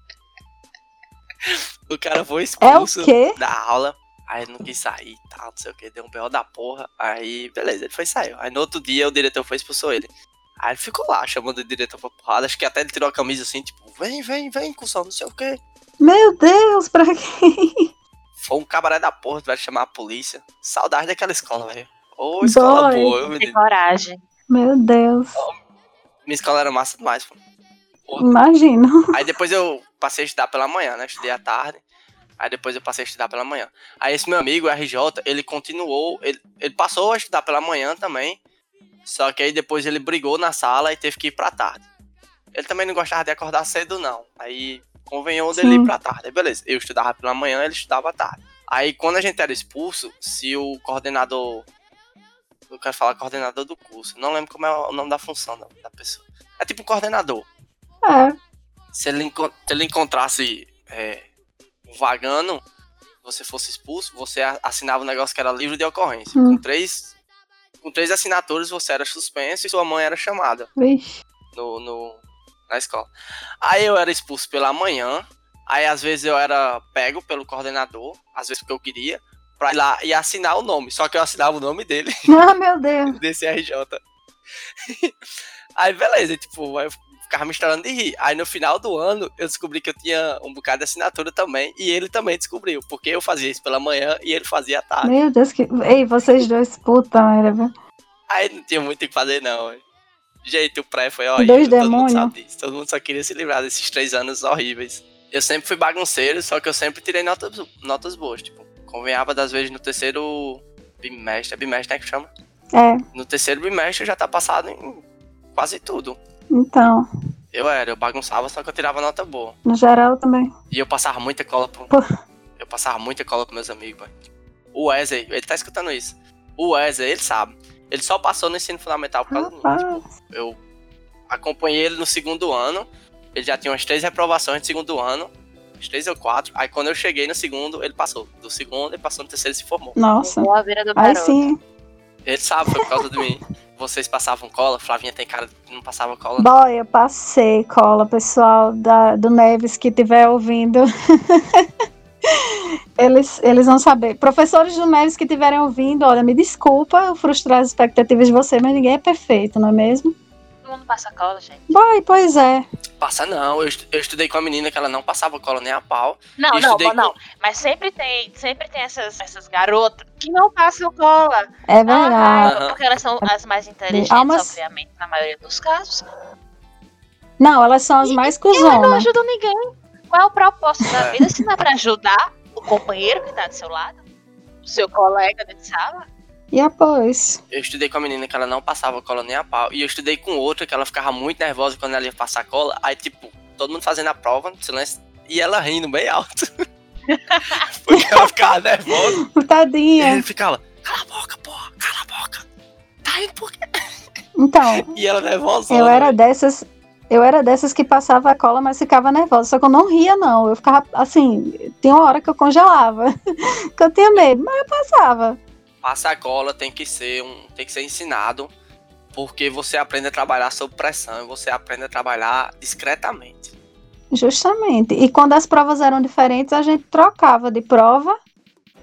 A: *laughs* o cara foi
C: É o
A: expulso
C: quê?
A: da aula. Aí não quis sair e tal, não sei o que, deu um B.O. da porra. Aí, beleza, ele foi e saiu. Aí no outro dia o diretor foi e expulsou ele. Aí ele ficou lá chamando o diretor pra porrada. Acho que até ele tirou a camisa assim, tipo, vem, vem, vem, cuzão, não sei o que.
C: Meu Deus, pra quem?
A: Foi um cabaré da porra, tu vai chamar a polícia. Saudade daquela escola, velho. Ô, escola
C: Boy.
A: boa, eu me
B: Tem coragem.
C: Meu Deus.
A: Minha escola era massa demais, pô.
C: Imagino.
A: Aí depois eu passei a estudar pela manhã, né? Estudei à tarde. Aí depois eu passei a estudar pela manhã. Aí esse meu amigo, o RJ, ele continuou, ele, ele passou a estudar pela manhã também. Só que aí depois ele brigou na sala e teve que ir pra tarde. Ele também não gostava de acordar cedo, não. Aí convenhou dele
C: Sim.
A: ir pra tarde. Aí beleza, eu estudava pela manhã, ele estudava à tarde. Aí quando a gente era expulso, se o coordenador. Eu quero falar coordenador do curso. Não lembro como é o nome da função não, da pessoa. É tipo coordenador
C: É.
A: se ele, enco- se ele encontrasse é, um vagando, você fosse expulso, você a- assinava um negócio que era livro de ocorrência.
C: Hum.
A: Com três com três assinaturas você era suspenso e sua mãe era chamada
C: Vixe. *laughs*
A: no, no- na escola. Aí eu era expulso pela manhã, aí às vezes eu era pego pelo coordenador, às vezes porque eu queria, pra ir lá e assinar o nome. Só que eu assinava o nome dele
C: Ah, meu
A: *laughs*
C: Deus.
A: desse RJ. aí beleza, tipo, aí eu ficava me estourando de rir. Aí no final do ano eu descobri que eu tinha um bocado de assinatura também, e ele também descobriu, porque eu fazia isso pela manhã e ele fazia à tarde.
C: Meu Deus, que. Ei, vocês dois, puta merda, viu?
A: Aí não tinha muito o que fazer, não. velho. Gente, o pré foi horrível.
C: Dois
A: todo mundo
C: demônio.
A: sabe disso. Todo mundo só queria se livrar desses três anos horríveis. Eu sempre fui bagunceiro, só que eu sempre tirei notas, notas boas. Tipo, convenhava das vezes no terceiro bimestre. É bimestre, né? Que chama?
C: É,
A: No terceiro bimestre eu já tá passado em quase tudo.
C: então.
A: Eu era, eu bagunçava, só que eu tirava nota boa.
C: No geral também.
A: E eu passava muita cola pro.
C: Pô.
A: Eu passava muita cola com meus amigos, mano. O Wesley, ele tá escutando isso. O Wesley, ele sabe. Ele só passou no ensino fundamental por causa de mim.
C: Rapaz.
A: Eu acompanhei ele no segundo ano. Ele já tinha umas três reprovações no segundo ano. Umas três ou quatro. Aí quando eu cheguei no segundo, ele passou. Do segundo, ele passou no terceiro e se formou.
C: Nossa.
B: Boa vira do
C: Aí
B: garoto.
C: sim.
A: Ele sabe, foi por causa de mim.
C: *laughs*
A: Vocês passavam cola, Flavinha tem cara que não passava cola.
C: Boy, eu passei cola, pessoal da, do Neves que estiver ouvindo. *laughs* Eles, eles vão saber. Professores do Neves que estiverem ouvindo, olha, me desculpa eu frustrar as expectativas de você, mas ninguém é perfeito, não é mesmo?
B: Todo mundo passa cola, gente.
C: Boy, pois é.
A: Passa não, eu, estu- eu estudei com a menina que ela não passava cola nem a pau.
B: Não,
A: Eu
B: não,
A: estudei
B: bom, não. Mas sempre tem, sempre tem essas, essas garotas que não passam cola.
C: É
B: Dá uma
C: verdade.
B: raiva, porque elas são as mais inteligentes,
C: Almas-
B: obviamente, na maioria dos casos.
C: Não, elas são as mais
B: E elas não
C: cuzonas.
B: ajudam ninguém. Qual é o propósito da
A: É.
B: vida se não é pra ajudar o companheiro que tá do seu lado? O seu colega né, de sala?
C: E é, após?
A: Eu estudei com a menina que ela não passava cola nem a pau. E eu estudei com outra que ela ficava muito nervosa quando ela ia passar cola. Aí, tipo, todo mundo fazendo a prova, no silêncio, e ela rindo bem alto. *laughs* Porque ela ficava nervosa. E
C: *laughs* Tadinha.
A: ele ficava, cala a boca, porra, cala a boca. Tá indo por quê?
C: Então,
A: E ela é nervosa.
C: Eu era dessas, eu era dessas que passava a cola, mas ficava nervosa. Só que eu não ria, não. Eu ficava assim, tinha uma hora que eu congelava. *laughs* que eu tinha medo, mas eu passava.
A: Passar cola tem que ser um. tem que ser ensinado. Porque você aprende a trabalhar sob pressão e você aprende a trabalhar discretamente.
C: Justamente. E quando as provas eram diferentes, a gente trocava de prova.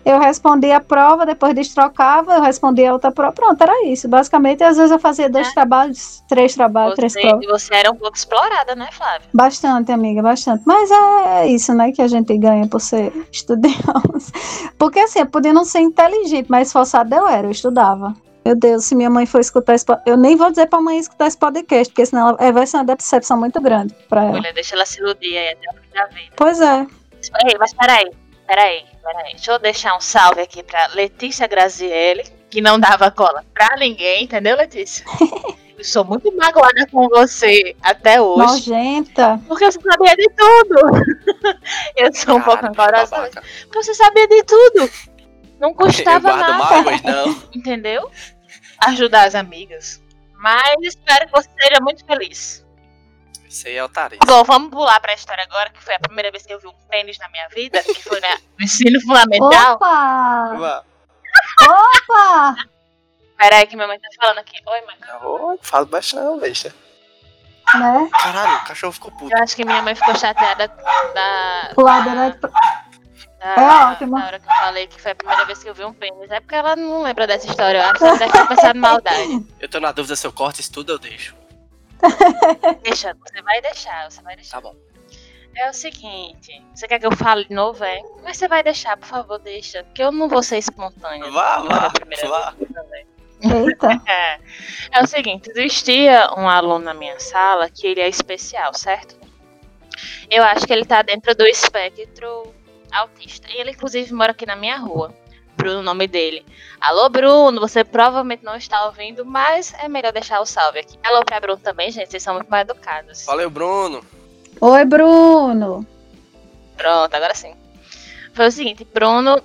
C: Eu respondia a prova, depois destrocava, eu respondia a outra prova. Pronto, era isso. Basicamente, às vezes eu fazia dois trabalhos, três trabalhos, três
B: Você,
C: provas.
B: você era um pouco explorada, né, Flávia?
C: Bastante, amiga, bastante. Mas é isso, né, que a gente ganha por ser *laughs* estudiosa. Porque assim, eu podia não ser inteligente, mas esforçada eu era, eu estudava. Meu Deus, se minha mãe for escutar esse po- Eu nem vou dizer pra mãe escutar esse podcast, porque senão ela- é, vai ser uma decepção muito grande pra ela.
B: Mulher, deixa ela se iludir aí até o fim da vida.
C: Pois é.
B: Ei, mas peraí, peraí, peraí. Deixa eu deixar um salve aqui pra Letícia Grazielli, que não dava cola pra ninguém, entendeu, Letícia? Eu sou muito magoada com você até hoje,
C: Nojenta.
B: porque você sabia de tudo. *laughs* Eu sou um pouco
A: Caralho,
B: embaraçada,
A: babaca.
B: porque você sabia de tudo. Não custava
A: Eu guardo
B: nada,
A: mágoas, não.
B: entendeu? Ajudar as amigas. Mas espero que você seja muito feliz.
A: Isso aí é otaria.
B: Bom, vamos pular pra história agora, que foi a primeira vez que eu vi um pênis na minha vida, que foi né,
A: *laughs*
B: Então. na- no ensino fundamental.
C: Opa!
A: Ué,
C: Opa!
B: Peraí que minha mãe tá falando aqui. Oi, mãe.
A: Ô, fala baixão, bicha.
C: né?
A: Caralho, o cachorro ficou puto.
B: Eu acho que minha mãe ficou chateada da,
C: Lá direto pra-
B: da,
C: né? É ótimo.
B: da hora que eu falei que foi a primeira vez que eu vi um pênis. É porque ela não lembra dessa história. Ela só deve ter pensado maldade.
A: Eu tô na dúvida se eu corto isso tudo, eu deixo.
B: Deixa, você vai deixar, você vai deixar.
A: Tá bom.
B: É o seguinte, você quer que eu fale de novo, é? Mas você vai deixar, por favor, deixa. Que eu não vou ser espontânea.
A: Vá, vá,
B: Primeira
A: vá.
B: vez também.
C: Eita.
B: É, é o seguinte, existia um aluno na minha sala que ele é especial, certo? Eu acho que ele tá dentro do espectro autista. E ele, inclusive, mora aqui na minha rua. Bruno, o nome dele. Alô, Bruno, você provavelmente não está ouvindo, mas é melhor deixar o salve aqui. Alô pra Bruno também, gente, vocês são muito mais educados.
A: Valeu, Bruno.
C: Oi, Bruno.
B: Pronto, agora sim. Foi o seguinte, Bruno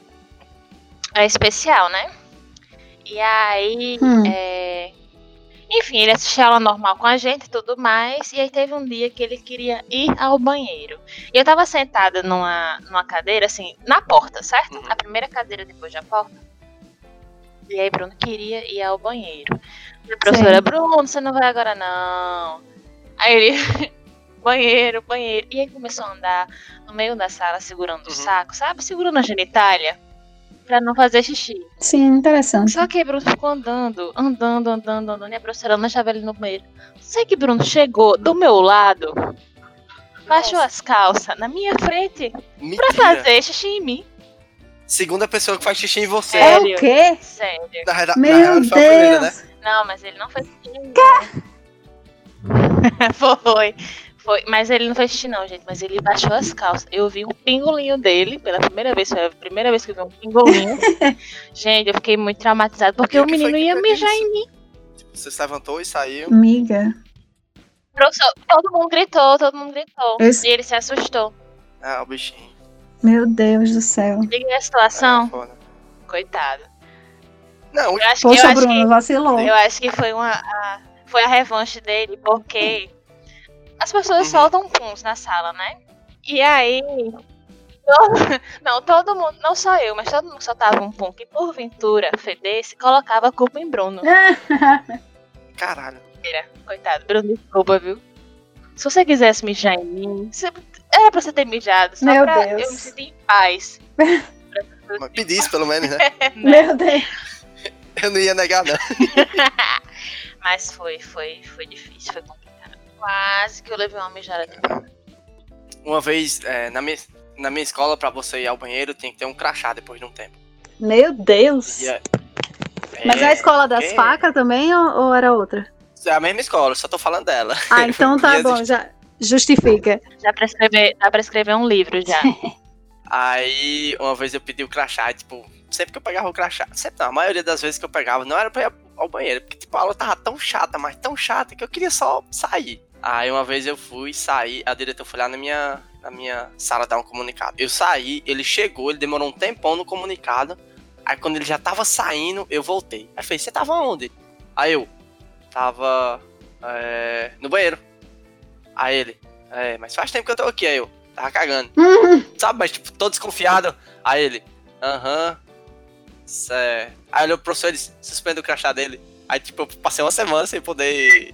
B: é especial, né? E aí,
C: Hum.
B: é, enfim, ele assistia aula normal com a gente e tudo mais. E aí teve um dia que ele queria ir ao banheiro. E eu tava sentada numa, numa cadeira, assim, na porta, certo?
A: Uhum.
B: A primeira cadeira depois da porta. E aí Bruno queria ir ao banheiro. E a professora, Bruno, você não vai agora não. Aí ele, *laughs* banheiro, banheiro. E aí começou a andar no meio da sala segurando o
A: Uhum.
B: saco, sabe? Segurando a genitália. Pra não fazer xixi.
C: Sim, interessante.
B: Só que Bruno ficou andando, andando, andando, andando, e a professora não achava ele no banheiro. Sei que Bruno chegou do meu lado, baixou as calças na minha frente pra
A: Mentira.
B: fazer xixi em mim.
A: Segunda pessoa que faz xixi em você.
B: É.
C: É
B: Sério?
C: o quê?
B: Sério.
A: Na reda- na
C: Meu
A: real, foi a primeira, é né?
C: Deus.
B: Não, mas ele não fez xixi
A: *laughs*
B: em mim. foi. Foi, mas ele não fez xixi não, gente, mas ele baixou as calças. Eu vi um pingolinho dele, pela primeira vez, foi a primeira vez que eu vi um
A: *laughs*
B: pingolinho. gente, eu fiquei muito traumatizada, porque
A: E
B: o
A: que foi
B: menino
A: que
B: ia
A: fez
B: mijar
A: isso? Tipo,
B: em mim.
A: Você se levantou e saiu.
C: Amiga.
B: Professor, Todo mundo gritou, todo mundo gritou.
C: Esse-
B: E ele se assustou.
A: Ah, o bichinho.
C: Meu Deus do céu.
B: Diga a
A: É,
B: situação.
A: foda.
B: Coitado.
A: Não,
B: Eu acho, que, eu,
C: Poxa,
B: acho
C: Bruno, vacilou. *laughs*
B: que, eu acho que foi uma. a- foi a revanche dele, porque as pessoas
A: Uhum.
B: soltam puns na sala, né? E aí. todo- *laughs* não, todo mundo, não só eu, mas todo mundo que soltava um pum que porventura fedesse, colocava a culpa em Bruno.
C: Né?
A: caralho.
B: Coitado, Bruno, desculpa, viu? Se você quisesse mijar em mim, você- era pra você ter mijado, só
C: Meu
B: pra
C: Deus.
B: eu me sentir em paz. *laughs*
A: Mas pedisse, pelo menos, né?
C: Meu Deus.
A: Eu não ia negar, não.
B: Mas foi, foi, foi difícil, foi complicado. Quase que eu levei uma mijada de
A: Uma vez, é, na, minha, na minha escola, pra você ir ao banheiro, tinha que ter um crachá depois de um tempo.
C: Meu Deus.
A: E é-
C: Mas é a escola das
A: é.
C: facas também ou, ou era outra?
A: É a mesma escola, só tô falando dela.
C: Ah, então tá
A: Ia
C: bom, já justifica.
B: Dá pra escrever, dá pra escrever um livro já.
A: Aí, uma vez eu pedi o crachá, e, tipo, sempre que eu pegava o crachá, sempre não, a maioria das vezes que eu pegava não era pra ir ao banheiro, porque, tipo, a aula tava tão chata, mas tão chata, que eu queria só sair. Aí, uma vez eu fui, saí, a diretora foi lá na minha, na minha sala dar um comunicado. Eu saí, ele chegou, ele demorou um tempão no comunicado, aí quando ele já tava saindo, eu voltei. Aí fez, você tava onde? Aí eu, tava é, no banheiro. Aí ele, é, mas faz tempo que eu tô aqui, aí eu, tava cagando. Sabe, mas tipo, todo desconfiado. Aí ele, aham. Certo. Aí olhou pro professor e disse, suspende o crachá dele. Aí, tipo, eu passei uma semana sem poder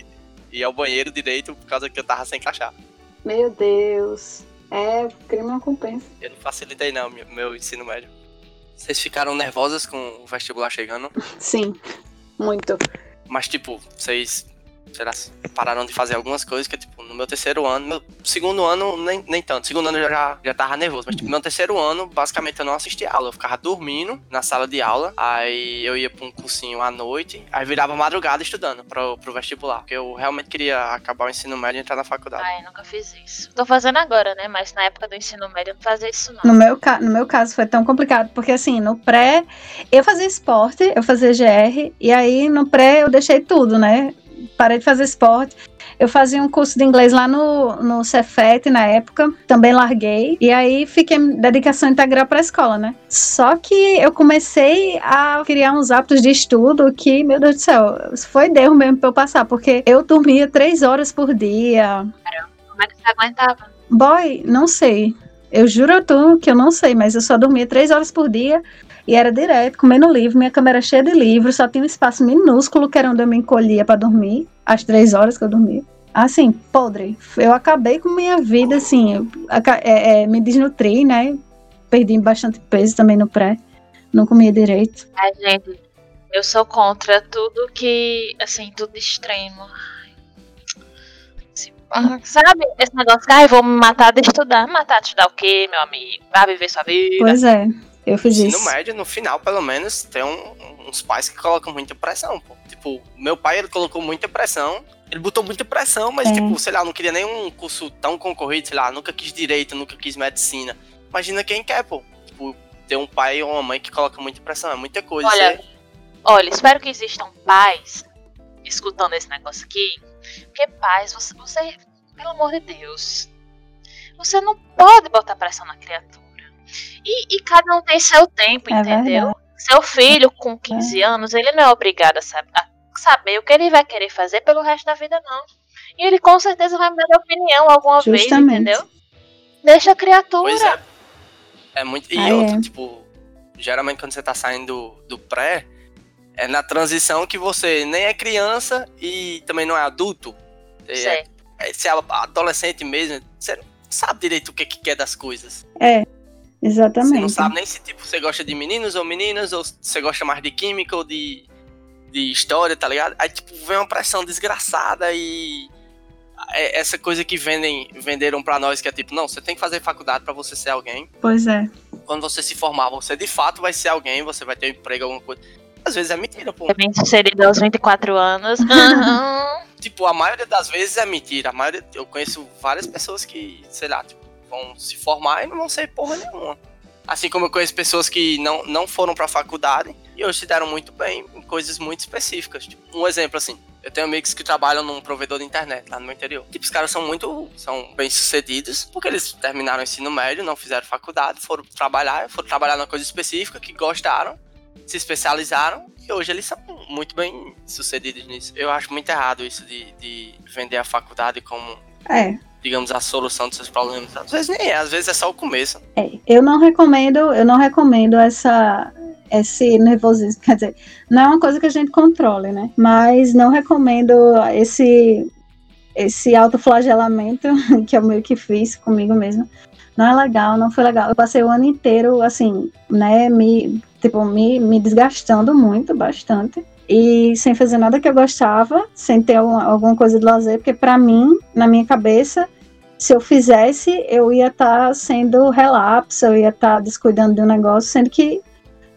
A: ir ao banheiro direito por causa que eu tava sem crachá.
C: Meu Deus. É, crime não compensa.
A: Eu não facilitei, não, meu, meu ensino médio. Vocês ficaram nervosas com o vestibular chegando,
C: Sim, muito.
A: mas, tipo, vocês, sei lá, pararam de fazer algumas coisas que, tipo, no meu terceiro ano, meu segundo ano, nem, nem tanto. Segundo ano eu já, já tava nervoso, mas, tipo, meu terceiro ano, basicamente eu não assistia aula. Eu ficava dormindo na sala de aula, aí eu ia pra um cursinho à noite, aí virava madrugada estudando pro, pro vestibular, porque eu realmente queria acabar o ensino médio e entrar na faculdade.
B: Ai, nunca fiz isso. Tô fazendo agora, né? Mas na época do ensino médio eu não fazia isso, não.
C: No meu, ca- no meu caso foi tão complicado, porque assim, no pré, eu fazia esporte, eu fazia GR, e aí no pré eu deixei tudo, né? Parei de fazer esporte. Eu fazia um curso de inglês lá no, no Cefet na época, também larguei, e aí fiquei em dedicação integral para a escola, né? Só que eu comecei a criar uns hábitos de estudo que, meu Deus do céu, foi Deus mesmo para eu passar, porque eu dormia três horas por dia,
B: Como é que você aguentava?
C: Boy, não sei. Eu juro a tu que eu não sei, mas eu só dormia três horas por dia. E era direto, comendo livro, minha cama era cheia de livros, só tinha um espaço minúsculo que era onde eu me encolhia pra dormir, às três horas que eu dormia. Assim, podre. Eu acabei com minha vida, assim, eu aca- é, é, me desnutri, né? Perdi bastante peso também no pré, não comia direito.
B: Ai, né, gente, eu sou contra tudo que. Assim, tudo extremo. Ai. Se- ah, Sabe, esse negócio que, ai, vou me matar de estudar. Matar de estudar o quê, meu amigo? Vai viver sua vida.
C: Pois é, eu fiz
A: Ensino
C: isso.
A: médio, no final, pelo menos, tem um- uns pais que colocam muita pressão, pô. Tipo, meu pai, ele colocou muita pressão. Ele botou muita pressão, mas,
C: É.
A: tipo, sei lá, não queria nenhum curso tão concorrido, sei lá, nunca quis direito, nunca quis medicina. Imagina quem quer, pô. Tipo, ter um pai ou uma mãe que coloca muita pressão, é muita coisa.
B: Olha,
A: Você-
B: Olha, espero que existam pais escutando esse negócio aqui. Porque pais, você, você- pelo amor de Deus, você não pode botar pressão na criatura. E, e cada um tem seu tempo,
C: É
B: entendeu? Seu filho com 15 anos, ele não é obrigado a, sab- a saber o que ele vai querer fazer pelo resto da vida, não. E ele com certeza vai mudar de opinião alguma
C: Justamente.
B: vez, entendeu? Deixa a criatura.
A: Pois é. É muito. E
C: Ah, é.
A: outra, tipo, geralmente quando você tá saindo do pré, é na transição que você nem é criança e também não é adulto. E é-
B: Certo.
A: é, você é adolescente mesmo, você não sabe direito o que, que quer das coisas. Você não
C: Exatamente.
A: sabe nem se tipo, você gosta de meninos ou meninas, ou se você gosta mais de química ou de, de história, tá ligado? Aí tipo, vem uma pressão desgraçada e é- essa coisa que vendem, venderam pra nós, que é tipo, não, você tem que fazer faculdade pra você ser alguém
C: Pois é.
A: quando você se formar, você de fato vai ser alguém, você vai ter um emprego, alguma coisa. Às vezes é mentira, pô.
B: É bem sucedido aos 24
C: *laughs*
B: anos. Aham.
A: Tipo, a maioria das vezes é mentira. A maioria, eu conheço várias pessoas que, sei lá, tipo, vão se formar e não vão ser porra nenhuma. Assim como eu conheço pessoas que não, não foram pra faculdade e hoje se deram muito bem em coisas muito específicas. Tipo, um exemplo assim, eu tenho amigos que trabalham num provedor de internet lá no meu interior. Tipo, os caras são muito são bem-sucedidos porque eles terminaram o ensino médio, não fizeram faculdade, foram trabalhar, foram trabalhar numa coisa específica que gostaram, se especializaram e hoje eles são muito bem-sucedidos nisso. Eu acho muito errado isso de, de vender a faculdade como,
C: É.
A: digamos, a solução dos seus problemas. Às vezes nem é, às vezes é só o começo.
C: É, eu não recomendo, eu não recomendo essa esse nervosismo, *laughs* quer dizer, não é uma coisa que a gente controle, né? Mas não recomendo esse esse autoflagelamento *laughs* que eu meio que fiz comigo mesma. Não é legal, não foi legal. Eu passei o ano inteiro assim, né, me tipo me, me desgastando muito, bastante. E sem fazer nada que eu gostava, sem ter alguma, alguma coisa de lazer, porque pra mim, na minha cabeça, se eu fizesse, eu ia estar sendo relapso, eu ia estar descuidando de um negócio, sendo que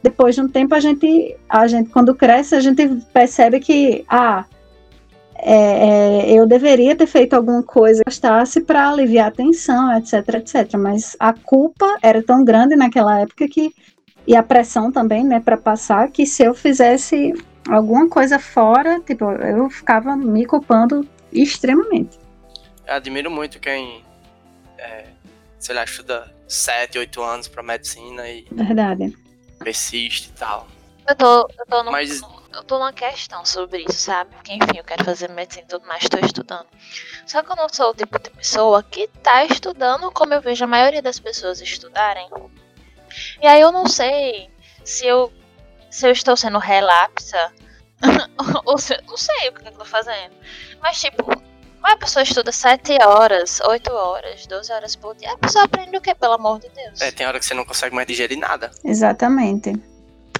C: depois de um tempo a gente, a gente quando cresce, a gente percebe que ah, é, é, eu deveria ter feito alguma coisa que eu gostasse para aliviar a tensão, etc, etc. Mas a culpa era tão grande naquela época que e a pressão também, né, para passar, que se eu fizesse alguma coisa fora, tipo, eu ficava me culpando extremamente.
A: Eu admiro muito quem, é, sei lá, estuda 7, 8 anos pra medicina e
C: Verdade.
A: persiste e tal.
B: Eu tô, eu tô num-
A: Mas-
B: eu tô numa questão sobre isso, sabe? Porque, enfim, eu quero fazer medicina e tudo mais, tô estudando. Só que eu não sou o tipo de pessoa que tá estudando como eu vejo a maioria das pessoas estudarem. E aí eu não sei se eu, se eu estou sendo relapsa *laughs* ou se eu não sei o que eu tô fazendo. Mas, tipo, uma pessoa estuda 7 horas, 8 horas, 12 horas por dia. A pessoa aprende o que, pelo amor de Deus?
A: É, tem hora que você não consegue mais digerir nada.
C: Exatamente.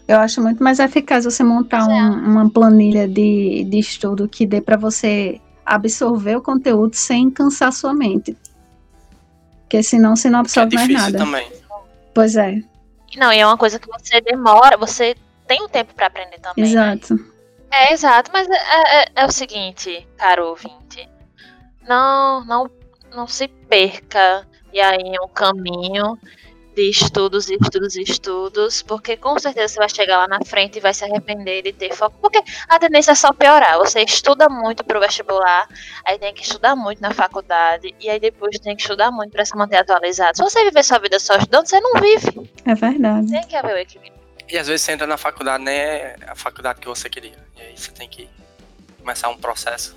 C: Eu acho muito mais eficaz você montar
B: Pois é.
C: um- uma planilha de, de estudo que dê para você absorver o conteúdo sem cansar sua mente. Porque senão você
A: é
C: não absorve mais
A: difícil
C: nada.
A: também.
C: Pois é,
B: Não, e é uma coisa que você demora, você tem o tempo pra aprender também. né?
C: exato.
B: É, exato, mas é, é- é o seguinte, caro ouvinte. Não, não, não se perca. E aí, em um caminho de estudos, e estudos, e estudos, porque com certeza você vai chegar lá na frente e vai se arrepender de ter foco. Porque a tendência é só piorar. Você estuda muito pro vestibular, aí tem que estudar muito na faculdade, e aí depois tem que estudar muito pra se manter atualizado. Se você viver sua vida só estudando, você não vive.
C: É verdade.
B: Tem que haver o equilíbrio.
A: E às vezes você entra na faculdade, nem é a faculdade que você queria. E aí você tem que começar um processo.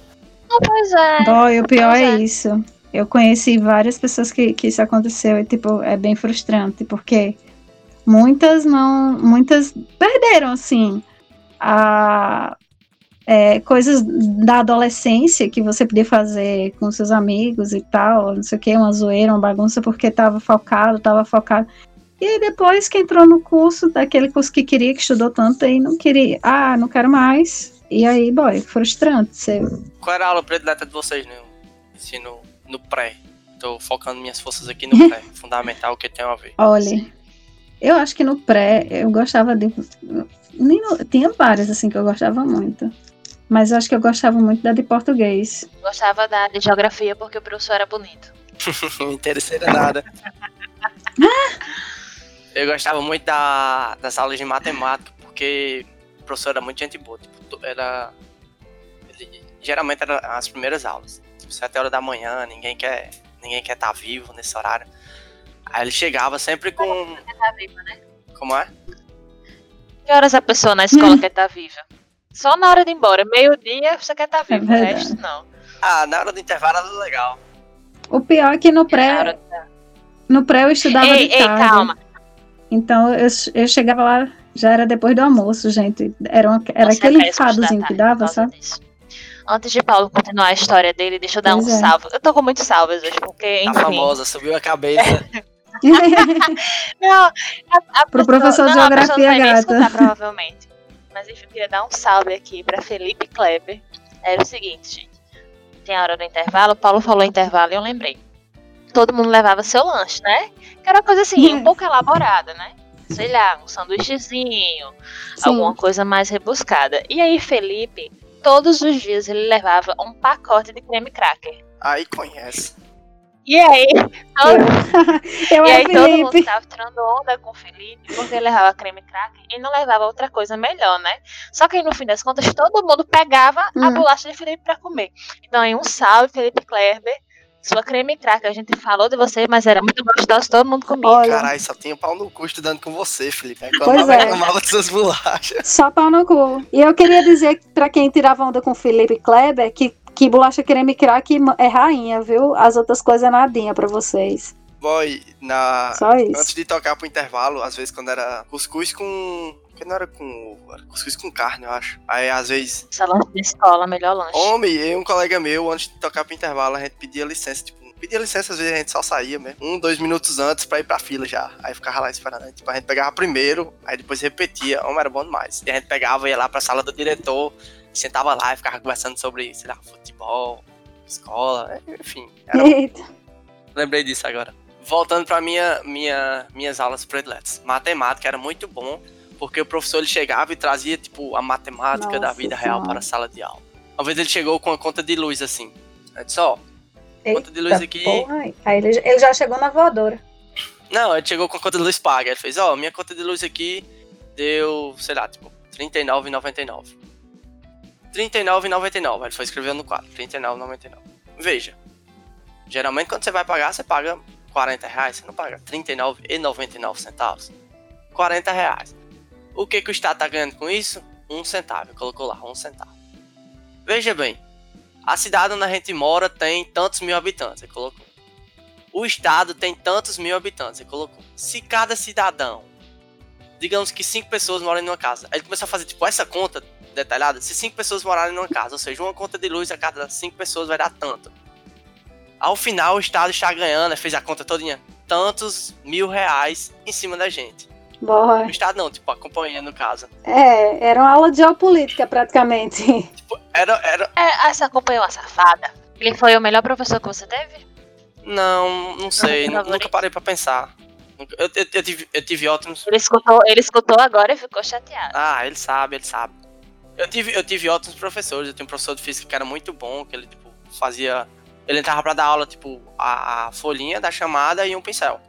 B: Não, pois é.
C: Dói, o pior é
B: Pois é.
C: isso. Eu conheci várias pessoas que, que isso aconteceu e, tipo, é bem frustrante, porque Muitas não, muitas perderam assim a é, coisas da adolescência que você podia fazer com seus amigos e tal, não sei o que, uma zoeira, uma bagunça, porque tava focado, tava focado. E aí depois que entrou no curso, daquele curso que queria, que estudou tanto, aí não queria, ah, não quero mais. E aí, boy, frustrante. Você...
A: Qual era a aula predileta de vocês no ensino no pré? Tô focando minhas forças aqui
B: *laughs*
A: no pré, fundamental que tem a ver.
C: Olha, eu acho que no pré eu gostava de. nem no- Tinha várias assim que eu gostava muito. Mas eu acho que eu gostava muito da de português.
B: Gostava da de geografia porque o professor era bonito.
A: *laughs* Não me interessaria nada. *laughs* Eu gostava muito da- das aulas de matemática, porque o professor era muito gente boa. Tipo, to- era, ele- geralmente eram as primeiras aulas. Tipo, 7 horas da manhã, ninguém quer ninguém quer estar vivo nesse horário. Aí ele chegava sempre com.
B: Tá viva, né?
A: Como é?
B: Que horas a pessoa na
C: Hum.
B: escola quer estar viva? Só na hora de ir embora. Meio-dia você quer estar vivo. o
C: É verdade.
B: resto não.
A: Ah, na hora do intervalo era legal.
C: O pior é que no
B: Na
C: pré,
B: hora-
C: no pré eu estudava
B: Ei,
C: de
B: ei,
C: tarde.
B: calma.
C: Então eu, eu chegava lá, já era depois do almoço, gente. Era, uma- era
B: Você é
C: aquele
B: péssimo de dar
C: enfadozinho
B: tarde
C: que dava,
B: por causa
C: sabe?
B: disso. Antes de Paulo continuar a história dele, deixa eu dar
C: Pois
B: um
C: é.
B: salve. Eu tô com muitos salves hoje, porque,
A: A
B: enfim.
A: Tá famosa, subiu a cabeça.
B: *laughs*
C: *laughs*
B: Não, a, a
C: Pro
B: pessoa-
C: professor de
B: não, a pessoa
C: geografia,
B: não vai nem
C: gata.
B: escutar, provavelmente. Mas enfim, eu queria dar um salve aqui pra Felipe Kleber. Era o seguinte, gente. Tem a hora do intervalo, o Paulo falou intervalo e eu lembrei. Todo mundo levava seu lanche, né? Que era uma coisa assim,
C: *laughs*
B: um
C: É.
B: pouco elaborada, né? Sei lá, um sanduíchezinho,
C: Sim.
B: alguma coisa mais rebuscada. E aí, Felipe, todos os dias ele levava um pacote de creme cracker.
A: Aí conhece.
B: E aí, todo
C: Eu
B: e aí
C: era
B: todo mundo
C: Felipe.
B: tava tirando onda com o Felipe, porque ele levava creme cracker e não levava outra coisa melhor, né? Só que aí, no fim das contas, todo mundo pegava a
C: Hum.
B: bolacha de Felipe pra comer. Então aí um salve, Felipe Kleber. Sua creme cracker, a gente falou de você, mas era muito gostoso, todo mundo comia.
C: Olha,
A: Caralho, só tinha pau no cu estudando com você, Felipe. Aí
C: Pois
A: Reclamava,
C: é.
A: reclamava de suas bolachas.
C: só pau no cu. E eu queria dizer pra quem tirava onda com Felipe Kleber que, que bolacha creme crack é rainha, viu? As outras coisas é nadinha pra vocês.
A: Boy, na,
C: Só isso.
A: Ah, Antes de tocar pro intervalo, às vezes quando era cuscuz com. Que não era com ovo, era cuscuz com carne, eu acho. Aí às vezes,
B: Essa lanche da escola, melhor lanche.
A: homem, eu e um colega meu, antes de tocar pro intervalo, a gente pedia licença, tipo, pedia licença, às vezes a gente só saía mesmo. Um, dois minutos antes pra ir pra fila já. Aí ficava lá esperando. Aí, tipo, a gente pegava primeiro, aí depois repetia. Homem, era bom demais. E a gente pegava, ia lá pra sala do diretor, sentava lá e ficava conversando sobre, sei lá, futebol, escola, enfim. Era um
C: Eita.
A: Lembrei disso agora. Voltando para minha, minha, minhas aulas prediletas. Matemática era muito bom, porque o professor ele chegava e trazia, tipo, a matemática da
C: Nossa
A: vida real
C: Senhora.
A: para a sala de aula. Uma vez ele chegou com a conta de luz, assim. Eu disse, ó, conta de luz
C: Eita,
A: aqui...
C: porra. Aí ele, ele já chegou na voadora.
A: Não, ele chegou com a conta de luz paga. Ele fez, ó, minha conta de luz aqui deu, sei lá, tipo, R$39,99. R$39,99. Aí Ele foi escrevendo no quadro, R$39,99. Veja, geralmente quando você vai pagar, você paga 40 reais, você não paga 39,99 centavos. 40 reais. O que, que o Estado tá ganhando com isso? Um centavo, ele colocou lá, um centavo. Veja bem, a cidade onde a gente mora tem tantos mil habitantes, ele colocou. O estado tem tantos mil habitantes, ele colocou. Se cada cidadão, digamos que cinco pessoas moram numa casa, aí ele começou a fazer tipo essa conta detalhada, se cinco pessoas morarem numa casa, ou seja, uma conta de luz a cada cinco pessoas vai dar tanto. Ao final o estado está ganhando, ele fez a conta todinha, tantos mil reais em cima da gente.
C: Boa.
A: O estado não, tipo, a companhia no caso.
C: É, era uma aula de geopolítica praticamente.
A: Tipo, era, era,
B: É, essa acompanhou a safada. Ele foi o melhor professor que você teve?
A: não, não sei,
B: Não,
A: nu- nunca parei pra pensar. Nunca- Eu, eu- eu tive, eu tive ótimos
B: Ele escutou, ele escutou agora e ficou chateado.
A: Ah, ele sabe, ele sabe. Eu tive, eu tive ótimos professores. Eu tinha um professor de física que era muito bom, que ele, tipo, fazia. Ele entrava pra dar aula, tipo, a, a folhinha da chamada e um pincel.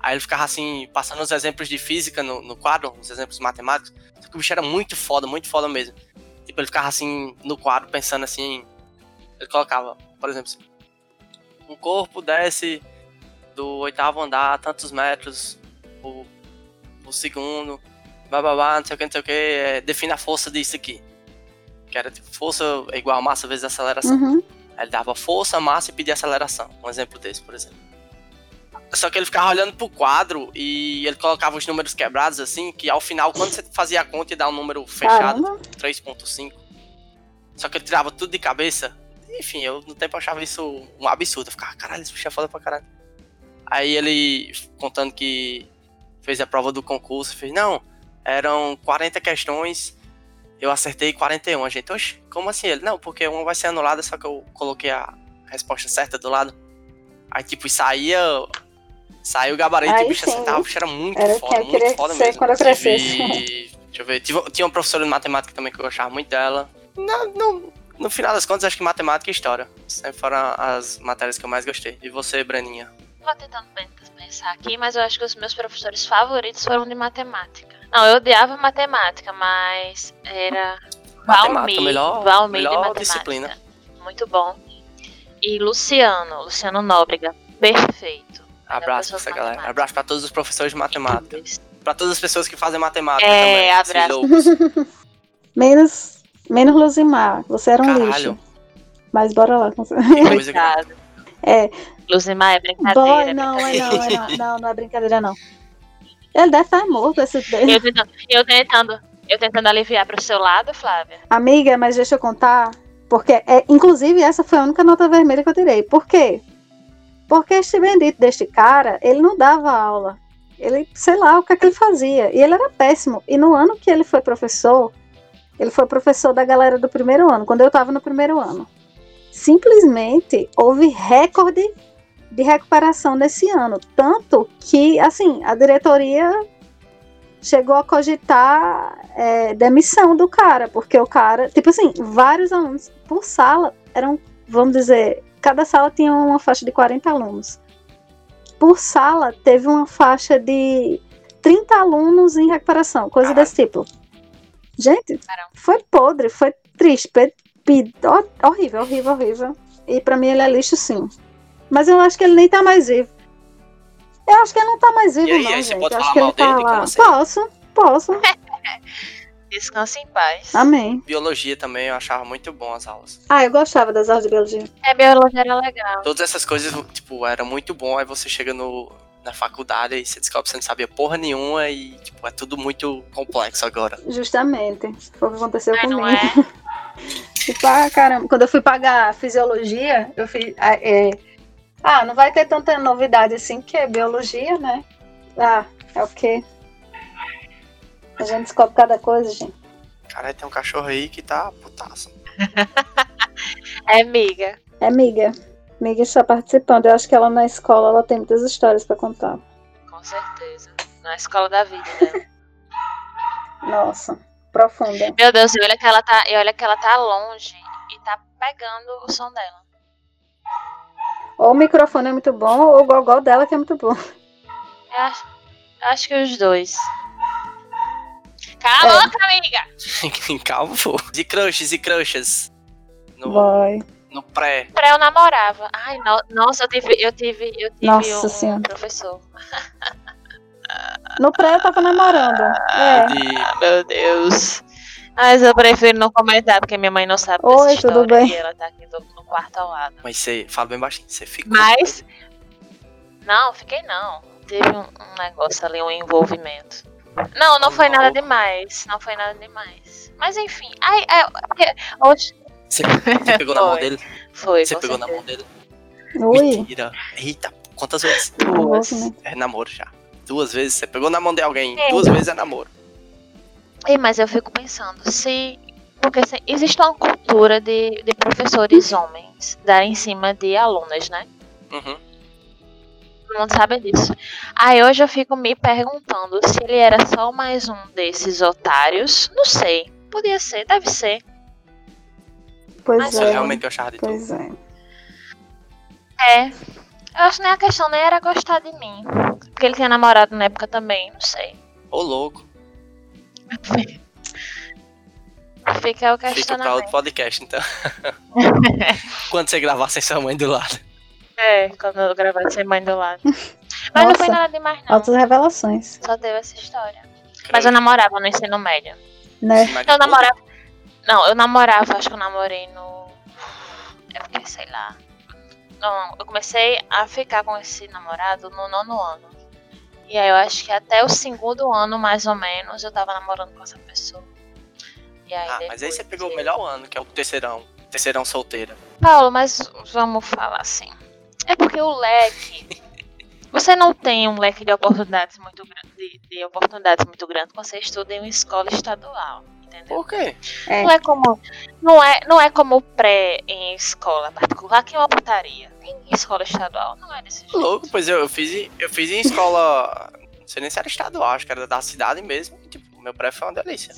A: Aí ele ficava assim, passando os exemplos de física no, no quadro, os exemplos matemáticos. Só que o bicho era muito foda, muito foda mesmo. Tipo, ele ficava assim, no quadro, pensando assim. Ele colocava, por exemplo, assim, um corpo desce do oitavo andar, tantos metros por, por segundo bababá, não sei o que, não sei o que, é, define a força disso aqui. Que era tipo, força é igual a massa vezes aceleração.
C: Uhum.
A: Aí ele dava força, massa e pedia aceleração. Um exemplo desse, por exemplo. Só que ele ficava olhando pro quadro e ele colocava os números quebrados assim, que ao final, quando você fazia a conta e dá um número fechado,
C: Caramba.
A: 3.5. Só que ele tirava tudo de cabeça. Enfim, eu no tempo achava isso um absurdo. Eu ficava, caralho, esse bicho é foda pra caralho. Aí ele contando que fez a prova do concurso, fez, não, eram 40 questões, eu acertei 41. A gente, oxe, como assim? Ele, não, porque uma vai ser anulada, só que eu coloquei a resposta certa do lado. Aí, tipo, saía. Saiu o gabarito
C: Aí
A: e o bicho
C: sim.
A: acertava, o bicho era muito
C: Era o que
A: foda,
C: eu
A: muito
C: queria
A: foda
C: ser
A: mesmo.
C: quando eu crescesse.
A: Tive- deixa eu ver, tive, tinha uma professora de matemática também que eu gostava muito dela. Não, não, no final das contas, acho que matemática e história. Sempre foram as matérias que eu mais gostei. E você, Breninha?
B: Vou tentando pen- pensar aqui, mas eu acho que os meus professores favoritos foram de matemática. Não, eu odiava matemática, mas era Valmir,
A: Matemática, melhor-
B: Valmir de
A: melhor
B: matemática.
A: disciplina.
B: Muito bom. E Luciano, Luciano Nóbrega, perfeito.
A: Abraço pra
B: professora
A: essa
B: de
A: galera.
B: matemática.
A: Abraço pra todos os professores de matemática. Pra todas as pessoas que fazem matemática
B: É,
A: também. esses
B: abraço.
A: loucos.
B: *laughs*
C: Menos, menos Luzimar. Você era um
A: Caralho,
C: lixo. Mas bora lá.
A: que coisa que...
B: Coitado.
C: É.
B: Luzimar é brincadeira.
C: Boy, não, é não, é não. Não, não é brincadeira, não. Ele deve estar morto
A: *laughs*
C: esse
B: brincadeira. Eu tentando, eu tentando, eu tentando aliviar pro seu lado, Flávia.
C: Amiga, mas deixa eu contar. Porque, é, inclusive, essa foi a única nota vermelha que eu tirei. Por quê? Porque este bendito deste cara, ele não dava aula. Ele, sei lá, o que é que ele fazia. E ele era péssimo. E no ano que ele foi professor, ele foi professor da galera do primeiro ano, quando eu estava no primeiro ano. Simplesmente houve recorde de recuperação nesse ano. Tanto que, assim, a diretoria chegou a cogitar é, demissão do cara, porque o cara, tipo assim, vários alunos por sala eram, vamos dizer, cada sala tinha uma faixa de 40 alunos. Por sala teve uma faixa de 30 alunos em recuperação, coisa desse tipo. Gente,
B: Caramba.
C: foi podre, foi triste, pe- pe- ho- horrível, horrível, horrível. E pra mim ele é lixo sim. Mas eu acho que ele nem tá mais vivo. Eu acho que ele não tá mais vivo,
A: aí,
C: não,
A: aí, você
C: gente.
A: pode
C: Eu
A: falar
C: acho que ele
A: mal
C: tá
A: dele?
C: lá.
A: Como assim?
C: Posso, posso.
A: *laughs*
B: Descanse em paz.
C: Amém.
A: biologia também eu achava muito bom as aulas.
C: Ah, eu gostava das aulas de biologia.
B: É, biologia era legal.
A: Todas essas coisas, tipo, era muito bom. Aí você chega no, na faculdade e você descobre que você não sabia porra nenhuma e, tipo, é tudo muito complexo agora.
C: Justamente. Foi o que aconteceu
B: Mas
C: comigo.
B: não é?
C: *laughs* E pra caramba, quando eu fui pagar fisiologia, eu fiz. ah, é, ah, não vai ter tanta novidade assim, que é biologia, né? Ah, é o quê? A gente descobre cada coisa, gente.
A: Cara, tem um cachorro aí que tá *laughs* putaço.
B: É, amiga.
C: É Miga. Miga está participando. Eu acho que ela na escola ela tem muitas histórias pra contar.
B: Com certeza. Na escola da vida, né?
C: Nossa, profunda.
B: Meu Deus, e olha que ela tá, e olha que ela tá longe e tá pegando o som dela.
C: Ou o microfone é muito bom, ou o gogó dela que é muito bom.
B: Eu acho, eu acho que os dois. Cala a
C: É.
B: boca, amiga!
A: Calma, pô. E crushes, e crushes. No,
C: Vai.
A: no pré.
B: Pra eu namorava. Ai, no- nossa, eu tive, eu tive, eu tive
C: Nossa
B: um
C: Senhora.
B: professor.
C: No pré eu tava namorando.
B: Ah.
C: É.
A: De...
B: Meu Deus. Mas eu prefiro não comentar, porque minha mãe não sabe dessa
C: Oi,
B: história
C: tudo bem?
B: e ela tá aqui do- no quarto ao lado.
A: Mas você fala bem baixinho, você ficou.
B: Mas. Não, fiquei não. Teve um, um negócio ali, um envolvimento. Não, não foi nada demais. Não foi nada demais. Mas enfim. Ai, ai, porque- hoje
A: Você, você pegou na mão
B: Foi.
A: dele?
B: foi.
A: Você
B: com
A: pegou na
B: certeza.
A: mão dele?
C: Ui.
A: Mentira. Eita, quantas vezes?
C: Nossa, né?
A: É namoro já. Duas vezes, você pegou na mão de alguém.
B: É.
A: Duas vezes é namoro.
B: Ei, mas eu fico pensando, se. Porque se- existe uma cultura de, de professores homens dar em cima de alunas, né?
A: Uhum.
B: Todo mundo sabe disso. Aí hoje eu fico me perguntando se ele era só mais um desses otários. Não sei. Podia ser, deve ser.
C: Pois
B: Mas
A: Isso
C: é.
A: realmente eu achava de tudo.
C: Pois é.
B: É. Eu acho que nem a questão nem era gostar de mim. Porque ele tinha namorado na época também, não sei.
A: Ô, louco.
B: Fica o
A: Fica pra outro
B: questionamento.
A: podcast,
B: *laughs*
A: então. Quando você gravar sem sua mãe do lado.
B: É, quando eu gravar sem mãe do *laughs* lado. Mas não
C: Nossa.
B: foi nada demais, não.
C: Altas revelações,
B: Só deu essa história. Mas eu namorava no ensino médio.
C: né?
A: Mas-
B: Eu namorava. Não, eu namorava, acho que eu namorei no. É porque, sei lá. não, eu comecei a ficar com esse namorado no nono ano. E aí eu acho que até o segundo ano, mais ou menos, eu tava namorando com essa pessoa. E aí
A: Ah, mas aí
B: depois
A: você pegou
B: que-
A: o melhor ano, que é o terceirão. Terceirão solteira.
B: Paulo, mas vamos falar assim. É porque o
A: *laughs*
B: leque. Você não tem um leque de oportunidades muito grande, de, de oportunidades muito grande quando você estuda em uma escola estadual, entendeu?
A: Por quê?
F: É.
B: Não é como não é, não é como o pré em escola particular que é uma putaria. Em escola estadual não é desse jeito.
A: Louco, pois eu, eu fiz em- eu fiz em escola. Não sei nem se era estadual, acho que era da cidade mesmo. E, tipo, meu pré foi uma delícia.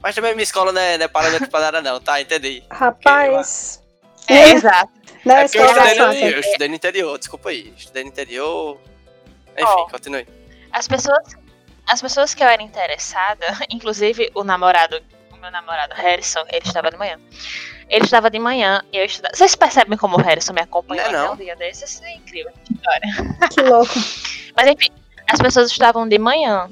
A: Mas também minha escola não é, não é parâmetro pra nada, não, tá? Entendi.
C: Rapaz. né?
B: É, exato.
C: Não,
A: É porque eu
C: escola
A: estudei,
C: da
A: no,
C: infância.
A: eu estudei no interior, desculpa aí. Estudei no interior. Enfim,
B: Ó.
A: continue.
B: As pessoas as pessoas que eu era interessada, *laughs* inclusive o namorado, o meu namorado Harrison, ele estava de manhã. Ele estava de manhã e eu estudava. Vocês percebem como o Harrison me acompanhou
A: Não é
B: até
A: não.
B: um dia desses? É incrível.
C: Que louco.
B: Mas enfim, as pessoas estudavam de manhã.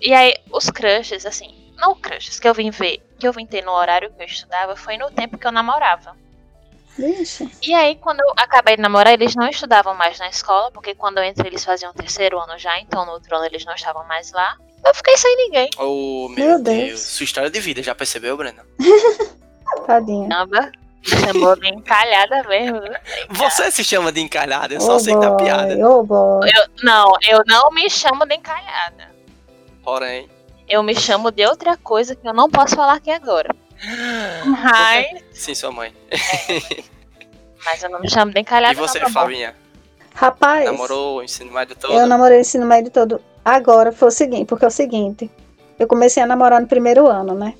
B: E aí, os crushes, assim, não crushes que eu vim ver, que eu vim ter no horário que eu estudava, foi no tempo que eu namorava.
C: Vixe.
B: E aí, quando eu acabei de namorar, eles não estudavam mais na escola, porque quando eu entrei eles faziam terceiro ano já, então no outro ano eles não estavam mais lá. Eu fiquei sem ninguém.
A: Oh, meu,
C: Meu
A: Deus.
C: Deus.
A: Sua história de vida, já percebeu, Brena?
C: Tadinha.
B: Caramba, chamou bem encalhada mesmo. viu?
A: Você se chama de encalhada, eu só sei da
C: boy,
A: piada.
C: Oh boy.
B: Eu, não, eu não me chamo de encalhada.
A: Porém.
B: Eu me chamo de outra coisa que eu não posso falar aqui agora. Mas,
A: Sim, sua mãe.
B: mas eu não me chamo de encalhada.
A: E você,
B: não, tá bom.
A: Flavinha?
C: Rapaz.
A: Namorou o ensino médio todo?
C: É Eu namorei o ensino médio todo. Agora foi o seguinte, porque é o seguinte, eu comecei a namorar no primeiro ano, né?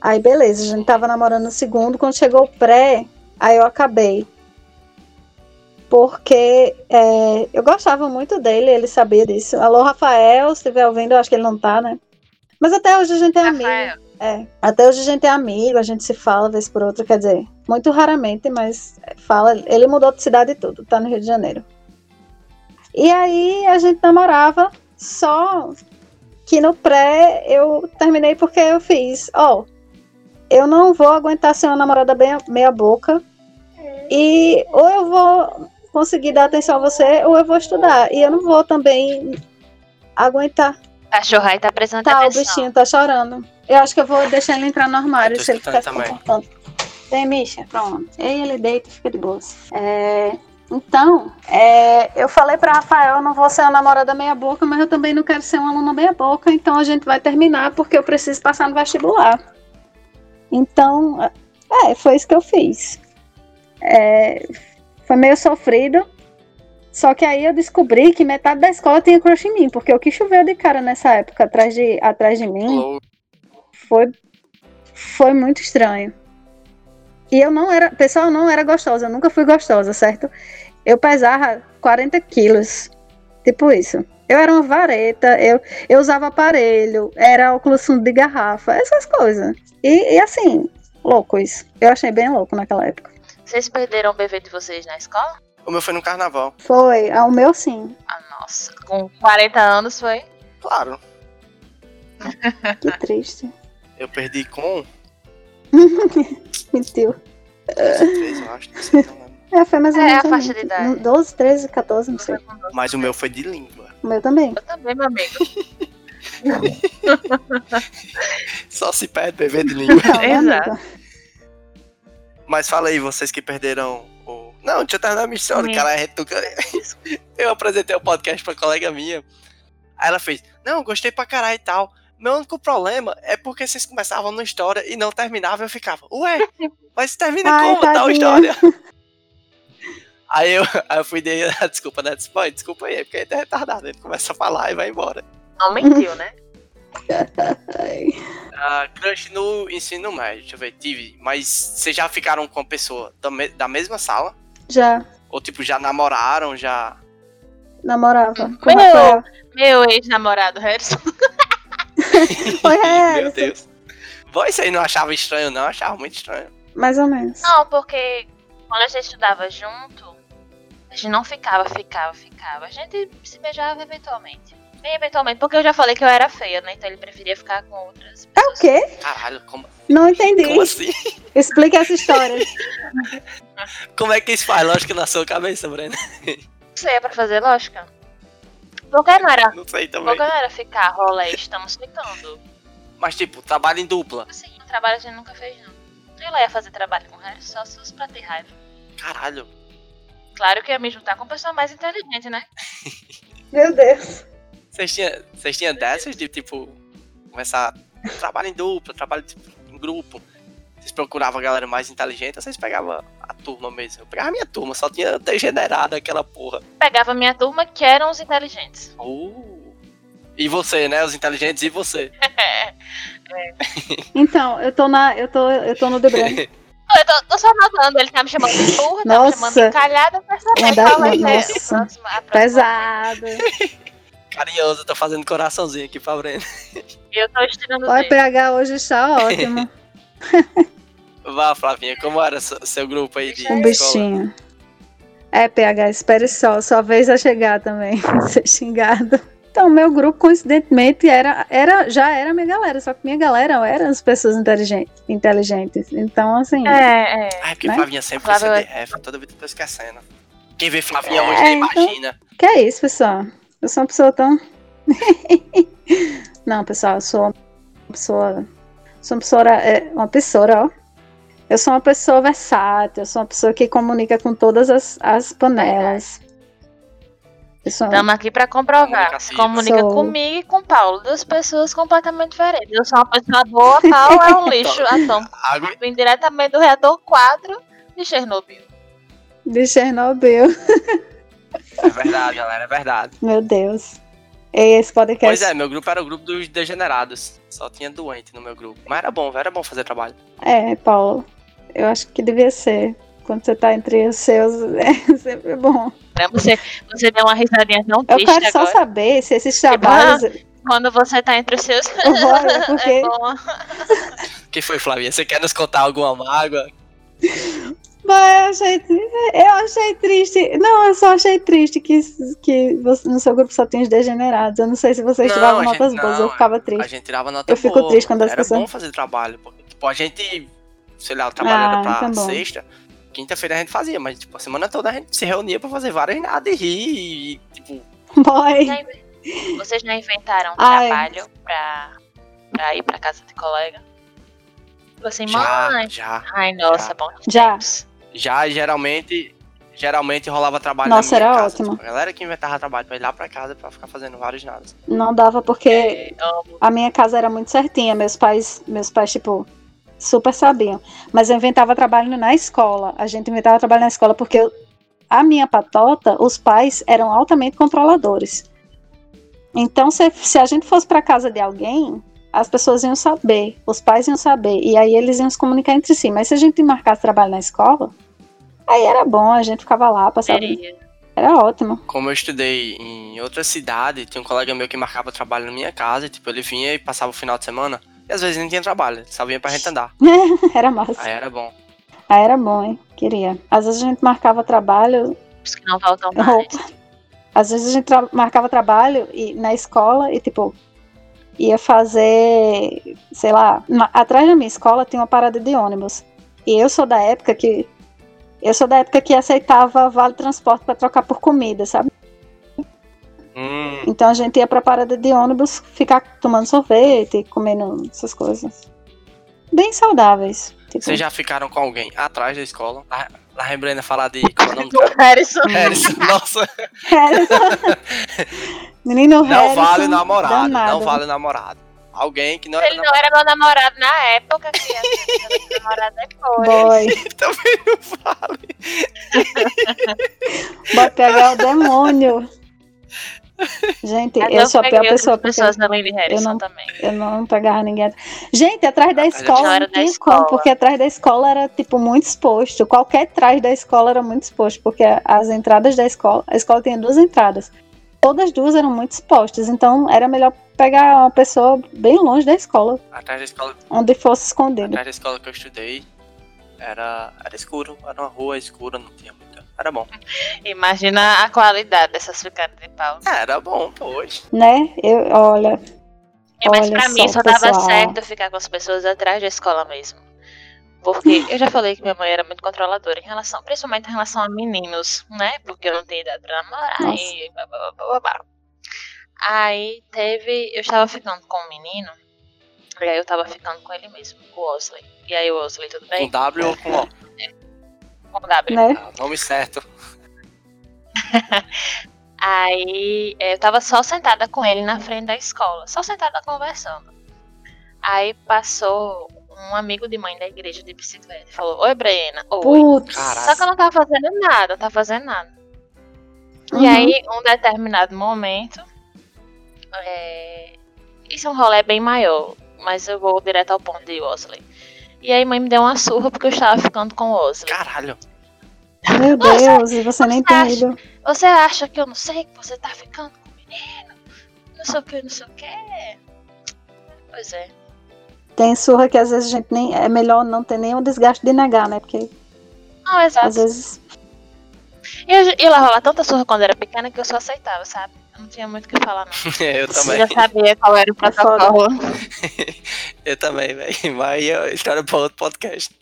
C: Aí beleza, a gente tava namorando no segundo, quando chegou o pré, aí eu acabei. Porque é, eu gostava muito dele, ele sabia disso. Alô, Rafael, se estiver ouvindo, eu acho que ele não tá, né? Mas até hoje a gente é amigo.
B: Rafael.
C: É, até hoje a gente é amigo, a gente se fala vez por outra, quer dizer, muito raramente, mas fala. Ele mudou de cidade e tudo, tá no Rio de Janeiro. E aí a gente namorava, só que no pré eu terminei porque eu fiz, ó, eu não vou aguentar ser uma namorada bem- meia boca e ou eu vou conseguir dar atenção a você ou eu vou estudar e eu não vou também aguentar.
B: Cachorro aí tá prestando
C: Tá, o
B: atenção.
C: bichinho tá chorando. Eu acho que eu vou deixar ele entrar no armário
A: Eu tô
C: se ele ficar se
A: escutando também.
C: comportando. Vem, Misha, pronto. Aí ele deita e fica de boas. É, Então, é, eu falei pra Rafael, eu não vou ser a namorada meia boca, mas eu também não quero ser uma aluna meia boca, então a gente vai terminar porque eu preciso passar no vestibular. Então, é, foi isso que eu fiz. É, foi meio sofrido. Só que aí eu descobri que metade da escola tinha crush em mim, porque o que choveu de cara nessa época atrás de, atrás de mim
A: Louco.
C: foi foi muito estranho. E eu não era, pessoal, eu não era gostosa, eu nunca fui gostosa, certo? Eu pesava 40 quilos, tipo isso. Eu era uma vareta, eu, eu usava aparelho, era óculos fundo de garrafa, essas coisas. E, e assim, louco isso. Eu achei bem louco naquela época.
B: Vocês perderam o bebê de vocês na escola?
A: O meu foi no carnaval.
C: Foi, ao meu sim.
B: Ah, nossa. Com 40 anos foi?
A: Claro.
C: Que
B: *laughs*
C: triste.
A: Eu perdi com
C: Mentiu.
A: 13, eu acho. Não sei, não lembro.
C: É, foi mais ou
B: É,
C: menos.
B: a faixa de
C: um-
B: idade.
C: 12, 13, 14, não sei.
A: Mas o meu foi de língua.
C: O meu também.
B: Eu também, meu amigo.
A: Só se perde bebê de língua.
C: Então, né,
B: Exato.
C: amiga?
A: *laughs* Mas fala aí, vocês que perderam o. Não, deixa eu terminar a minha história,
B: Sim.
A: que ela é retuca. Eu apresentei o podcast pra colega minha. Aí ela fez, não, gostei pra caralho e tal. Meu único problema é porque vocês começavam numa história e não terminavam, eu ficava, ué, mas termina
C: Ai,
A: como tal
C: tadinha.
A: história?
C: *laughs*
A: Aí eu, aí eu fui *laughs* dei a desculpa, né? Disse, "Mãe, desculpa aí, é porque ele tá retardado. Ele começa a falar e vai embora.
B: Não mentiu, né?
C: Ai.
A: Ah, crush no ensino médio, deixa eu ver, tive. Mas vocês já ficaram com a pessoa da me- da mesma sala?
C: Já.
A: Ou tipo, já namoraram, já.
C: namorava com
B: Uhum. Meu!
C: o Rafael.
B: Meu ex-namorado Harrison.
C: Foi
A: *laughs*
C: é,
A: Meu Deus. Bom, isso aí não achava estranho, não. Achava muito estranho.
C: mais ou menos.
B: Não, porque quando a gente estudava junto, a gente não ficava, ficava, ficava. A gente se beijava eventualmente. Eventualmente, porque eu já falei que eu era feia, né? Então ele preferia ficar com outras
C: É o
B: pessoas.
C: quê?
A: Caralho, como,
C: Não entendi.
A: como assim?
C: Explica
A: *laughs*
C: essa história.
A: Como é que isso faz lógica na sua cabeça, Breno?
B: Isso aí é pra fazer lógica. Porque não era,
A: Não sei também.
B: porque não era ficar rolê, estamos ficando.
C: é
A: Mas, tipo, trabalho em dupla.
B: Assim, um trabalho a gente nunca fez, não. Eu lá ia fazer trabalho com Harry só se fosse pra ter raiva.
A: Caralho.
B: Claro que eu ia me juntar com pessoa mais inteligente, né?
C: Meu Deus.
A: Vocês tinham vocês tinha dessas de, tipo, começar trabalho em dupla, trabalho tipo, em grupo. Vocês procuravam a galera mais inteligente, ou vocês pegavam a turma mesmo. Eu pegava a minha turma, só tinha degenerado aquela porra.
B: Pegava minha turma, que eram os inteligentes.
A: Uh. E você, né? Os inteligentes e você.
C: Então, eu tô na. Eu tô, eu tô no
A: *laughs*
C: The Brand.
B: Eu tô, tô só notando, ele tá me chamando de burra, tá me
C: Nossa.
B: chamando de calhada, tá pra saber
C: Nada-
B: qual vai ser a né?
C: nossa.
B: próxima. a próxima.
C: Pesado.
A: Carinhoso, eu tô fazendo coraçãozinho aqui pra Breno.
B: E eu tô estirando o
C: O
B: dedo.
C: PH hoje está ótimo.
A: Vá, Flavinha, como era seu, seu grupo aí de
C: Um
A: escola?
C: bichinho. É, PH, espere só, sua vez a chegar também, *laughs* ser xingado. Então, meu grupo, coincidentemente, era, era, já era minha galera, só que minha galera eram as pessoas inteligentes. inteligentes. Então, assim,
B: É, é.
A: Ai, Ah, porque
C: né?
A: Flavinha sempre foi
B: Flávia-
A: CDF, toda vida eu tô esquecendo. Quem vê Flavinha hoje
C: É,
A: nem
C: então.
A: imagina.
C: que é isso, pessoal. Eu sou uma pessoa tão. *laughs* Não, pessoal, eu sou uma pessoa. Sou uma pessoa, é, uma pessoa, ó. Eu sou uma pessoa versátil, eu sou uma pessoa que comunica com todas as, as panelas. Eu sou-
B: Estamos aqui pra comprovar. Se
A: Comunicativa.
B: comunica
C: Sou.
B: comigo e com o Paulo. Duas pessoas completamente diferentes. Eu sou uma pessoa
C: *laughs*
B: boa, Paulo é um lixo atômico.
A: Água
B: Vim diretamente do reator 4 de Chernobyl.
C: de Chernobyl.
A: É verdade, galera, é verdade.
C: Meu Deus. E esse podcast.
A: Pois é, meu grupo era o grupo dos degenerados. Só tinha doente no meu grupo. Mas era bom, era bom fazer trabalho.
C: É, Paulo. Eu acho que devia ser. Quando você tá entre os seus, *laughs* é sempre bom.
B: Né? Você, você deu uma risadinha tão
C: Eu
B: triste
C: quero só
B: agora.
C: saber se esses trabalhos.
B: Quando você tá entre os seus.
C: Eu
B: *laughs*
C: vou, é porque-
B: é bom.
A: O que foi, Flavinha? Você quer nos contar alguma mágoa?
C: Mas eu achei, eu achei triste. Não, eu só achei triste que, que você- no seu grupo só tinha os degenerados. Eu não sei se vocês
A: Não,
C: tiravam
A: a gente-
C: notas boas.
A: não,
C: Eu ficava
A: A
C: triste.
A: gente tirava nota
C: Eu fico
A: boa,
C: triste quando as
A: Era
C: pessoas-
A: bom fazer trabalho. Porque, tipo, a gente, sei lá, trabalhava
C: Ah,
A: pra
C: então bom.
A: sexta. Quinta-feira a gente fazia, mas, tipo, a semana toda a gente se reunia pra fazer várias nada e rir. E, tipo,
C: Boy.
B: Já inven- Vocês já inventaram um
C: Ai.
B: trabalho pra, pra ir pra casa de colega? Tipo assim,
A: já,
B: mãe.
A: já.
B: Ai, nossa,
A: Já.
B: bom.
C: Já.
A: Já, geralmente, geralmente rolava trabalho na
C: Nossa,
A: minha
C: era
A: casa.
C: ótimo.
A: Tipo, a galera que inventava trabalho pra ir lá pra casa pra ficar fazendo vários nada.
C: Não dava porque
B: Eu amo.
C: A minha casa era muito certinha, meus pais, meus pais tipo super sabiam, mas eu inventava trabalho na escola. A gente inventava trabalho na escola porque eu- a minha patota, os pais eram altamente controladores. Então se, se a gente fosse para casa de alguém, as pessoas iam saber, os pais iam saber e aí eles iam se comunicar entre si. Mas se a gente marcasse trabalho na escola, aí era bom, a gente ficava lá, passava,
B: Seria.
C: era ótimo. *laughs*
A: Como eu estudei em outra cidade, tinha um colega meu que marcava trabalho na minha casa, e, tipo, ele vinha e passava o final de semana, e às vezes nem tinha trabalho, ele só vinha pra gente andar.
C: Era massa.
A: Aí era bom.
C: Aí era bom, hein? Queria. Às vezes a gente marcava trabalho,
B: Os que não voltam mais.
C: *laughs* Roupa. Às vezes a gente tra- marcava trabalho e, na escola e, tipo, ia fazer, sei lá, na- atrás da minha escola tinha uma parada de ônibus. E eu sou da época que. Eu sou da época que aceitava vale transporte para trocar por comida, sabe?
A: Hum,
C: Então a gente ia pra parada de ônibus ficar tomando sorvete, comendo essas coisas. Bem saudáveis. Tipo,
A: vocês já ficaram com alguém atrás da escola? Lá- Lá lembrando falar de. Como é o nome
B: *laughs*
A: do cara?
B: Harrison.
A: Harrison, nossa,
C: *laughs*
A: *laughs*
C: Harrison.
A: não
C: Menino
A: vale
C: Harrison,
A: namorado, não
C: danado.
A: vale namorado. Alguém que não é era
B: Ele não era meu namorado na época, criança. Ele era meu namorado depois.
C: Boy.
A: também não vale.
C: Vai pegar o demônio. Gente,
B: Mas
C: eu sou a pior
B: peguei outras
C: pessoa porque
B: pessoas além de Harrison
C: não-
B: também.
C: eu não pegava ninguém. Gente, atrás da
A: Atrás da
C: escola
B: escola.
C: não tinha
B: Era da
C: como,
B: escola.
C: porque atrás da escola era tipo muito exposto. Qualquer trás da escola era muito exposto, porque as entradas da escola, a escola tinha duas entradas. Todas duas eram muito expostas, então era melhor pegar uma pessoa bem longe da escola,
A: Atrás da escola
C: onde fosse escondida.
A: Atrás da escola que eu estudei, era, era escuro, era uma rua escura, não tinha muita Era bom.
B: Imagina a qualidade dessas ficadas de pau.
A: É, era bom, poxa.
C: Né? Eu, olha,
B: É, mas
C: Olha
B: pra mim
C: só,
B: só dava
C: pessoal.
B: certo ficar com as pessoas atrás da escola mesmo. Porque eu já falei que minha mãe era muito controladora em relação, principalmente em relação a meninos, né? Porque eu não tenho idade pra namorar e blá, blá, blá, blá, blá, blá. Aí teve. Eu estava ficando com um menino, e aí eu tava ficando com ele mesmo, com o Osley. E aí o Osley, tudo
A: Com
B: bem?
A: Um W ou com O?
B: Com o W.
C: né?
A: Ah, Nome certo.
B: Aí eh, eu tava só sentada com ele na frente da escola, só sentada conversando. Aí passou um amigo de mãe da igreja de bicicleta e falou: Oi, Brena. Oi.
C: Putz.
A: Caraca.
B: Só que eu não tava fazendo nada, não tava fazendo nada. E
C: Uhum.
B: aí, um determinado momento, é, isso é um rolê bem maior, mas eu vou direto ao ponto de Osley. E aí, mãe me deu uma surra porque eu estava ficando com o Osley.
A: Caralho.
C: Meu Deus, e você nem tem
B: acha?
C: ido.
B: Você acha que eu não sei que você tá ficando com o menino? Não sei o que, não sei o que. Pois é.
C: Tem surra que às vezes a gente nem. É melhor não ter nenhum desgaste de negar, né? Porque
B: Não,
C: às
B: exato.
C: vezes.
B: E eu, eu levava tanta surra quando era pequena que eu só aceitava, sabe? Eu não tinha muito o que falar, não.
A: *laughs* Eu
B: Eu já
A: também.
B: sabia qual era o
C: É foda.
B: protocolo.
A: Eu também, velho. Mas é história pra outro podcast.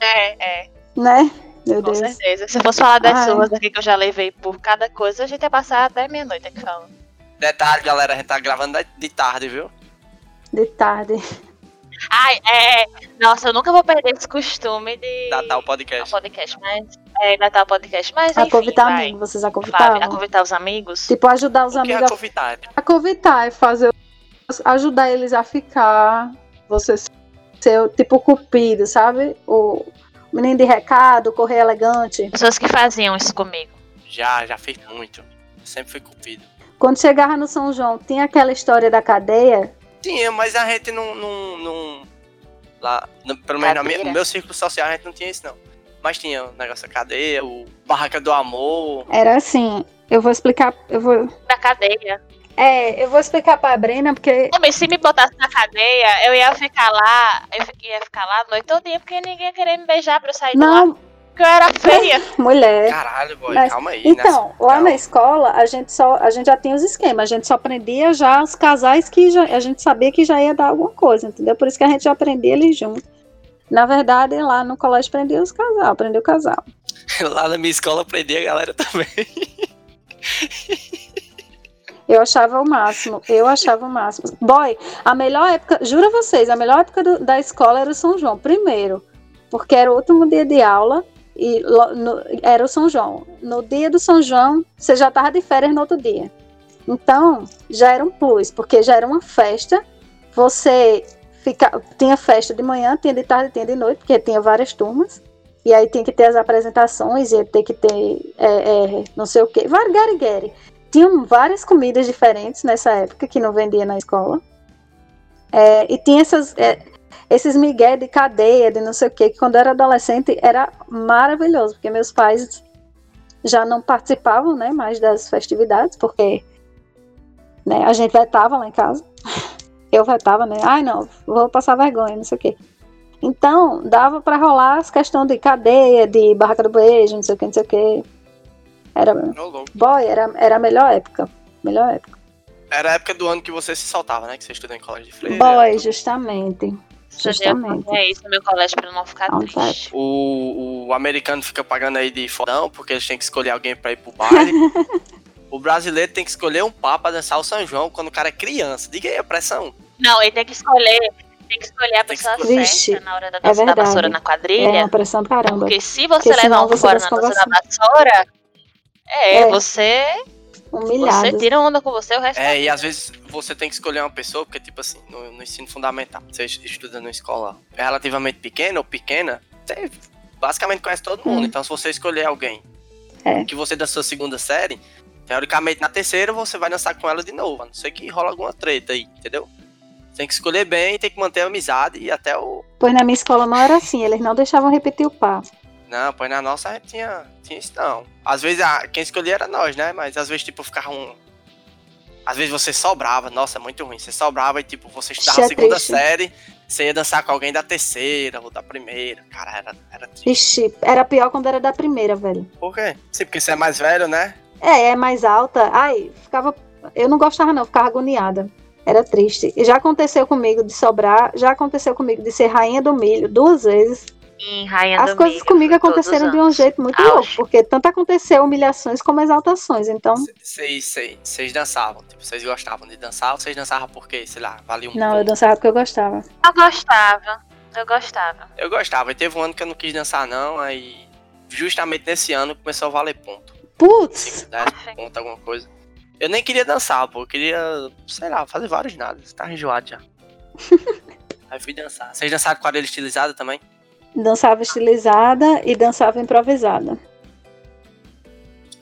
B: É, é,
C: Né? Meu
B: com
C: Deus.
B: certeza. Se eu fosse falar das
C: Ai.
B: surras aqui que eu já levei por cada coisa, a gente ia passar até meia-noite é aqui falando.
A: Detalhe, galera, a gente tá gravando da- de tarde, viu?
C: De tarde.
B: Ai, é. Nossa, eu nunca vou perder esse costume de.
A: Natal
B: ao
A: podcast.
B: podcast, mas. É, Natal podcast, mas.
C: A
B: enfim,
C: convidar
B: vai.
C: amigo, vocês a tá
B: Vai, a
C: convidavam?
B: convidar os amigos.
C: Tipo, ajudar os
A: O que é
C: amigos
A: convidar?
H: A convidar é fazer os- ajudar eles a ficar. Você
C: ser o tipo cupido, sabe? O menino de recado, correr elegante.
B: Pessoas que faziam isso comigo.
A: Já, já fiz muito. Sempre fui cupido.
C: Quando chegava no São João, tinha aquela história da cadeia.
A: Tinha, mas a gente não. não, não- lá, no- pelo menos na minha- no
B: Cadeira.
A: meu círculo social a gente não tinha isso, não. Mas tinha o negócio da cadeia, o Barraca do Amor.
C: Era assim, eu vou explicar, eu vou...
B: Na cadeia.
C: É, eu vou explicar pra Brena, porque
B: Homem, se me botasse na cadeia, eu ia ficar lá, eu fi- ia ficar lá a noite todinha, porque ninguém ia querer me beijar pra eu sair de lá,
C: não,
B: porque eu era
C: *laughs*
B: feia.
C: mulher.
A: Caralho, boy,
C: É. Mas-
A: calma aí, né?
C: Então, lá
A: Não.
C: na escola, a gente só a gente já tinha os esquemas, a gente só aprendia já os casais que já- a gente sabia que já ia dar alguma coisa, entendeu? Por isso que a gente já aprendia eles junto. Na verdade, lá no colégio aprendia os casal, aprendeu o casal.
A: *laughs* Lá na minha escola aprendi a galera também.
C: Eu achava o máximo, eu achava o máximo. Boy, a melhor época, juro vocês, a melhor época do- da escola era o São João, primeiro, porque era o último dia de aula e lo- no- era o São João. No dia do São João, você já estava de férias no outro dia. Então, já era um plus, porque já era uma festa, você fica, tinha festa de manhã, tinha de tarde, tinha de noite, porque tinha várias turmas. E aí tinha que ter as apresentações, ia ter que ter é, é, não sei o quê, vargarigueri tinham várias comidas diferentes nessa época que não vendia na escola. É, e tinha essas, é, esses migué de cadeia, de não sei o quê, que quando eu era adolescente era maravilhoso, porque meus pais já não participavam né, mais das festividades, porque né, a gente vetava lá em casa. *laughs* Eu vetava, né? Ai, não, vou passar vergonha, não sei o quê. Então, dava pra rolar as questões de cadeia, de barraca do beijo, não sei o quê, não sei o quê. Era,
A: Ô, louco.
C: Boy, era, era a melhor época. Melhor época.
A: Era a época do ano que você se soltava, né? Que você estudou em colégio de freira.
C: Boy, justamente. Justamente.
B: É isso no meu colégio pra eu não ficar
C: Não,
B: triste.
A: O, o americano fica pagando aí de fodão, porque eles têm que escolher alguém pra ir pro baile. o brasileiro tem que escolher um pá pra dançar o São João quando o cara é criança. Diga aí a pressão.
B: Não, ele tem que escolher. Tem que escolher a
A: Tem que
B: pessoa
A: escolher.
B: certa
C: Vixe,
B: na hora da dança da
C: verdade.
B: vassoura na
C: É
B: quadrilha.
C: uma pressão do caramba.
B: porque se você
C: Porque
B: levar
C: senão
B: um
C: você
B: fora na
C: vai
B: dança da vassoura, é,
C: É.
B: você, você
C: Humilhado.
B: tira onda com você o resto.
A: É, e às vezes você tem que escolher uma pessoa, porque, tipo assim, no, no ensino fundamental, você es- estuda numa escola relativamente pequena ou pequena, você basicamente conhece todo mundo.
C: Hum.
A: Então, se você escolher alguém
C: É.
A: que você da sua segunda série, teoricamente na terceira você vai dançar com ela de novo, a não ser que rola alguma treta aí, entendeu? Tem que escolher bem, tem que manter a amizade e até o.
C: Pois na minha escola não era assim, eles não deixavam repetir o passo.
A: Não, pois na nossa a gente tinha, tinha isso não. Às vezes a- quem escolhia era nós, né? Mas às vezes, tipo, ficava um. Às vezes você sobrava, nossa, é muito ruim. Você sobrava e, tipo, você estudava
C: Isso
A: a
C: é
A: segunda
C: triste.
A: série, Você ia dançar com alguém da terceira ou da primeira. Cara, era, era triste.
C: Ixi, era pior quando era da primeira, velho.
A: Por quê? Sim, porque você é mais velho, né?
C: É, é mais alta. Ai, ficava. Eu não gostava, não, ficava agoniada. Era triste. E já aconteceu comigo de sobrar, já aconteceu comigo de ser rainha do milho duas vezes.
B: Em Rainha
C: As
B: do
C: coisas
B: Milho,
C: comigo
B: foi todos
C: aconteceram
B: os
C: de um
B: anos.
C: jeito muito
B: Auge.
C: louco, porque tanto aconteceu humilhações como exaltações. Então,
A: Vocês- Vocês vocês dançavam, tipo, vocês gostavam de dançar ou vocês dançavam porque, sei lá, valia um
C: não, eu dançava porque eu gostava.
B: Eu gostava. Eu gostava.
A: Eu gostava, e teve um ano que eu não quis dançar, não, aí justamente nesse ano começou a valer ponto.
C: Putz,
A: 10 pontos, alguma coisa. Eu nem queria dançar, pô. Eu queria, sei lá, fazer vários nada. Você tá enjoado
C: *laughs*
A: já. aí fui dançar. Vocês dançaram com quadrilha estilizada também?
C: dançava estilizada e dançava improvisada.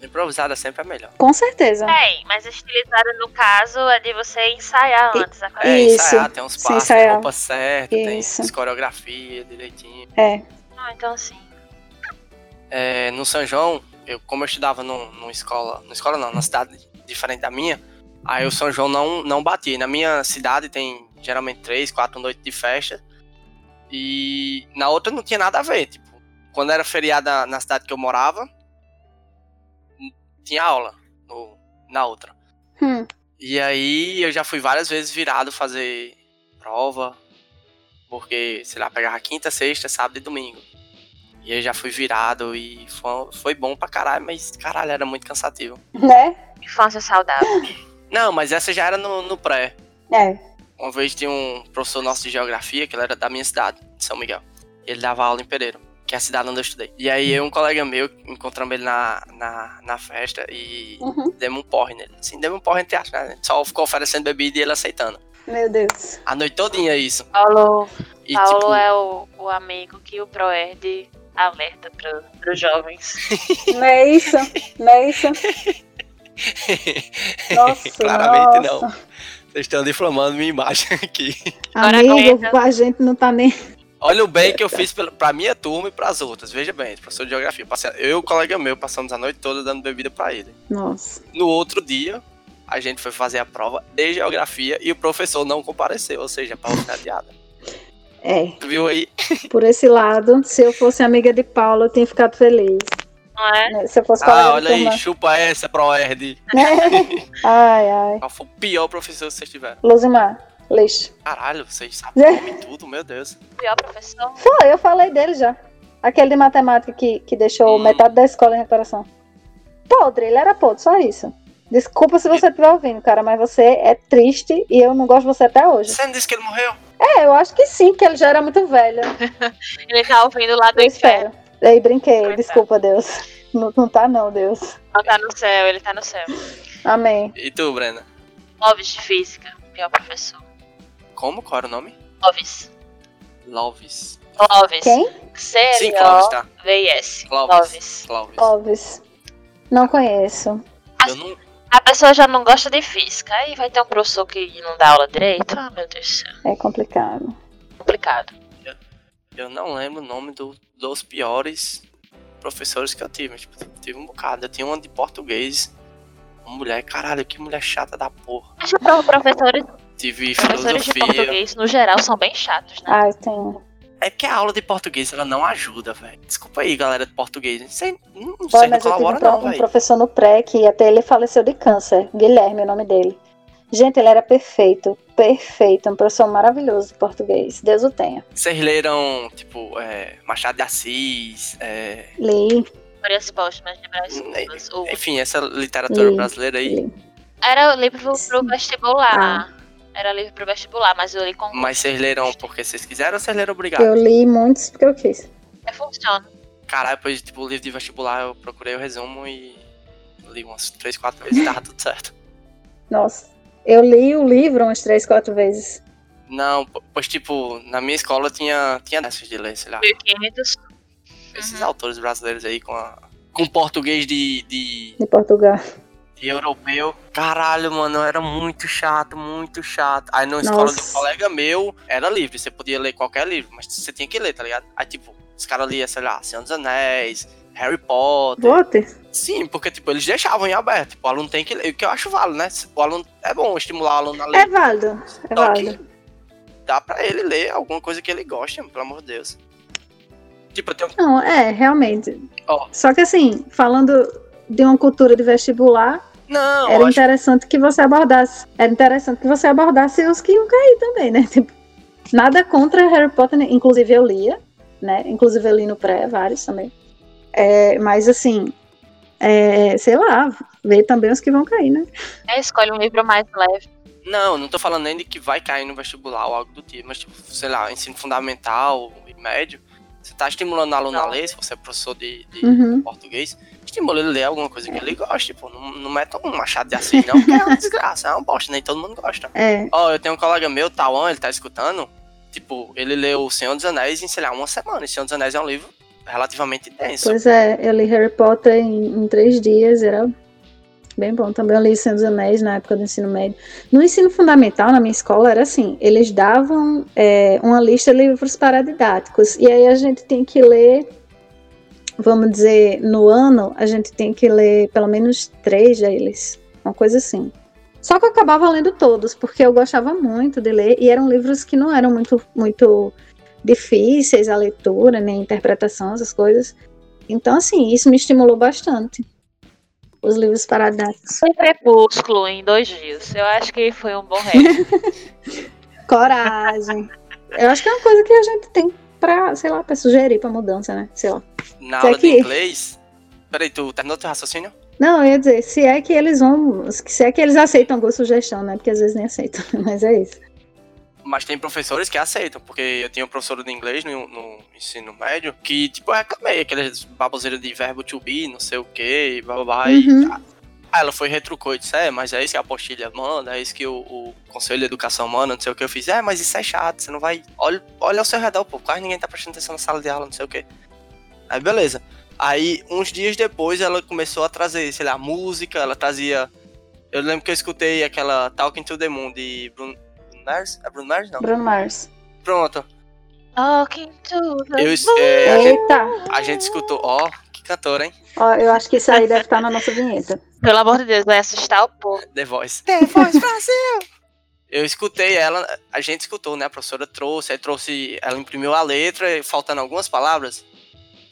A: Improvisada sempre é melhor.
C: Com certeza.
B: Bem, mas estilizada no caso é de você ensaiar
C: E-
B: antes a coisa.
A: É,
C: Isso.
A: ensaiar, tem uns
C: Sim,
A: passos, tem
C: ensaiar.
A: roupa certa, tem
C: Isso.
A: as coreografia direitinho.
C: É.
B: Não, então sim.
A: É, no São João, eu, como eu estudava num- numa escola, numa escola não, numa cidade diferente da minha, aí o São João não, não batia. Na minha cidade tem geralmente três, quatro noites de festa, e na outra não tinha nada a ver. Tipo, quando era feriado na- na cidade que eu morava, n- tinha aula no- na outra.
C: Hum.
A: E aí eu já fui várias vezes virado fazer prova, porque, sei lá, pegava quinta, sexta, sábado e domingo. E eu já fui virado e foi, foi bom pra caralho, mas caralho, era muito cansativo.
C: Né?
B: Infância saudável.
A: Não, mas essa já era no, no pré.
C: É.
A: Uma vez tinha um professor nosso de geografia, que ele era da minha cidade, de São Miguel. Ele dava aula em Pereira, que é a cidade onde eu estudei. E aí eu e um colega meu, encontramos ele na, na, na festa e
C: Uhum.
A: demos um porre nele. Assim, demos um porre entre aspas, né? Só ficou oferecendo bebida e ele aceitando.
C: Meu Deus.
A: A noite todinha é isso.
B: Paulo,
A: E
B: Paulo
A: *laughs* tipo,
B: é o, o amigo que o Proerd alerta pro, pros jovens.
C: Não é isso? Não
A: *laughs*
C: é isso? Nossa,
A: Claramente
C: nossa.
A: vocês estão difamando minha imagem aqui.
B: Agora
C: Amigo,
B: aguenta.
C: a gente não tá nem.
A: Olha o bem que eu fiz pela- pra minha turma e pras outras. Veja bem, professor de geografia. Passei- eu e o colega meu passamos a noite toda dando bebida pra ele.
C: Nossa.
A: No outro dia, a gente foi fazer a prova de geografia e o professor não compareceu, ou seja, Paulo cadeada.
C: É.
A: Tu viu aí?
C: Por esse lado, se eu fosse amiga de Paula, eu tinha ficado feliz.
B: Não é?
C: né? Se eu fosse
A: Ah,
C: colega
A: olha
C: de
A: aí,
C: turma.
A: chupa essa, Proerd.
C: Né? *laughs* ai, ai.
A: Qual foi o pior professor que vocês tiveram?
C: Luzimar, lixo.
A: Caralho, vocês sabem o
C: Né?
A: nome e tudo, meu Deus.
B: O pior professor.
C: Pô, eu falei dele já. Aquele de matemática que, que deixou
A: Hum.
C: metade da escola em reparação. Podre, ele era podre, só isso. Desculpa se você estiver ouvindo, cara, mas você é triste e eu não gosto de você até hoje.
A: Você não disse que ele morreu?
C: É, eu acho que sim, que ele já era muito velho.
B: Ele tá ouvindo lá do
C: Eu
B: inferno.
C: espero. Aí brinquei,
B: Coitado.
C: desculpa, Deus. Não, não tá, não, Deus.
B: Ele tá no céu, ele tá no céu.
C: Amém.
A: E tu, Brena?
B: Loves de física. Pior professor.
A: Como? Qual era o nome?
B: Loves.
A: Loves.
B: Loves.
C: Quem?
A: Sim, Clóvis, tá?
B: C-L-O-V-S.
A: Clóvis.
B: Loves.
A: Clóvis.
C: Óbvio. Não conheço.
A: Eu não...
B: A pessoa já não gosta de física. Aí vai ter um professor que não dá aula direito. Ah, meu Deus do céu.
C: É complicado.
B: Complicado.
A: Eu não lembro o nome do- dos piores professores que eu tive. Tipo, tive um bocado. Eu tinha uma de português. Uma mulher, caralho, que mulher chata da porra.
B: Acho que os professores,
A: Tive
B: professores de
A: filosofia.
B: português, no geral, são bem chatos, né?
C: Ai, tem.
A: É porque a aula de português ela não ajuda, velho. Desculpa aí, galera de português. Você, não,
C: Foi,
A: vocês não
C: mas eu tive um,
A: colabora,
C: pro-
A: não,
C: um
A: velho.
C: professor no pré que até ele faleceu de câncer. Guilherme, o nome dele. Gente, ele era perfeito. Perfeito. Um professor maravilhoso de português. Deus o tenha.
A: Vocês leram, tipo, é, Machado de Assis, é,
C: Li.
B: Memórias póstumas de Brás
A: Nem-
B: Cubas. O-
A: enfim, essa literatura
C: Li.
A: brasileira aí.
B: Era livro pro
C: Sim.
B: vestibular. Era livro pro vestibular, mas eu li com.
A: Mas vocês leram porque vocês quiseram ou vocês leram obrigado?
C: Eu li muitos porque eu quis.
B: É, Funciona.
A: Caralho, depois, tipo, o livro de vestibular, eu procurei o resumo e li umas três, quatro vezes e tava tudo certo.
C: Nossa. Eu li o livro umas três, quatro vezes.
A: Não, po- pois, tipo, na minha escola tinha, tinha dessas de ler, sei lá.
B: 1500.
A: Esses autores brasileiros aí com, a, com português de, de,
C: De Portugal.
A: de europeu. Caralho, mano, era muito chato, muito chato. Aí na escola de um
C: Nossa.
A: colega meu, era livre, você podia ler qualquer livro, mas você tinha que ler, tá ligado? Aí, tipo, os caras liam, sei lá, Senhor dos Anéis, Harry Potter.
C: Vote?
A: Sim, porque tipo, eles deixavam em aberto. Tipo, o aluno tem que ler. O que eu acho válido, né? O aluno é bom estimular o aluno a
C: É
A: ler.
C: válido. É
A: Só
C: válido.
A: que dá pra ele ler alguma coisa que ele gosta, pelo amor de Deus. Tipo, eu tenho
C: Não, é, realmente.
A: Ó.
C: Só que assim, falando de uma cultura de vestibular,
A: Não,
C: era
A: eu acho,
C: interessante que você abordasse. Era interessante que você abordasse os que iam cair também, né? *laughs* Tipo, nada contra Harry Potter, né? inclusive eu lia, né? Inclusive eu li no pré, vários também. É, mas assim, é, sei lá, ver também os que vão cair, né?
B: É, escolhe um livro mais leve.
A: não, não tô falando nem de que vai cair no vestibular ou algo do tipo, mas tipo, sei lá, ensino fundamental e médio, você tá estimulando o aluno a
B: Não.
A: ler, se você é professor de, de
C: Uhum.
A: português, estimula ele a ler alguma coisa que ele goste, pô, não, não meta um machado de assis não, porque é uma desgraça, é uma bosta, nem todo mundo gosta.
C: É,
A: Ó, eu tenho um colega meu, Tauan, ele tá escutando. Tipo, ele leu O Senhor dos Anéis em, sei lá, uma semana. E Senhor dos Anéis é um livro relativamente denso.
C: pois é, eu li Harry Potter em, em três dias, era bem bom. Também eu li Senhor dos Anéis na época do ensino médio. No ensino fundamental, na minha escola, era assim, eles davam é, uma lista de livros paradidáticos, e aí a gente tem que ler, vamos dizer, no ano, a gente tem que ler pelo menos três deles, uma coisa assim. Só que eu acabava lendo todos, porque eu gostava muito de ler, e eram livros que não eram muito, muito difíceis a leitura, nem a interpretação, essas coisas. Então, assim, isso me estimulou bastante. Os livros paradidáticos.
B: Foi Crepúsculo em dois dias. Eu acho que foi um bom *laughs* resto.
C: Coragem. Eu acho que é uma coisa que a gente tem pra, sei lá, pra sugerir pra mudança, né? Sei lá.
A: Na
C: Isso
A: aula de
C: aqui.
A: inglês. Peraí, tu terminou teu raciocínio?
C: Não, eu ia dizer, se é que eles vão. Se é que eles aceitam alguma sugestão, né? Porque às vezes nem aceitam, *laughs* mas é isso.
A: Mas tem professores que aceitam, porque eu tinha um professor de inglês no, no ensino médio que, tipo, eu reclamei aquelas baboseiras de verbo to be, não sei o que, blá blá blá. e
C: Uhum.
A: a- Aí ela foi e retrucou e disse: É, mas é isso que a apostilha manda, é isso que o, o Conselho de Educação manda, não sei o que. Eu fiz: É, mas isso é chato, você não vai. Olha, olha ao seu redor, pô, quase ninguém tá prestando atenção na sala de aula, não sei o que. Aí beleza. Aí, uns dias depois, ela começou a trazer, sei lá, música, ela trazia. Eu lembro que eu escutei aquela Talking to the Moon de Bruno. Bruno Mars? É Bruno Mars? Não.
C: Bruno Mars.
A: Pronto.
B: Talking to the
A: Eu,
B: moon.
A: é, a, gente,
C: Eita!
A: a gente escutou. Ó, que cantora, hein?
C: Ó, eu acho que isso aí deve estar na nossa vinheta.
B: Pelo amor de Deus, vai assustar o povo.
A: The Voice. The Voice Brasil! *laughs* Eu escutei ela, a gente escutou, né? A professora trouxe, aí trouxe. Ela imprimiu a letra, faltando algumas palavras.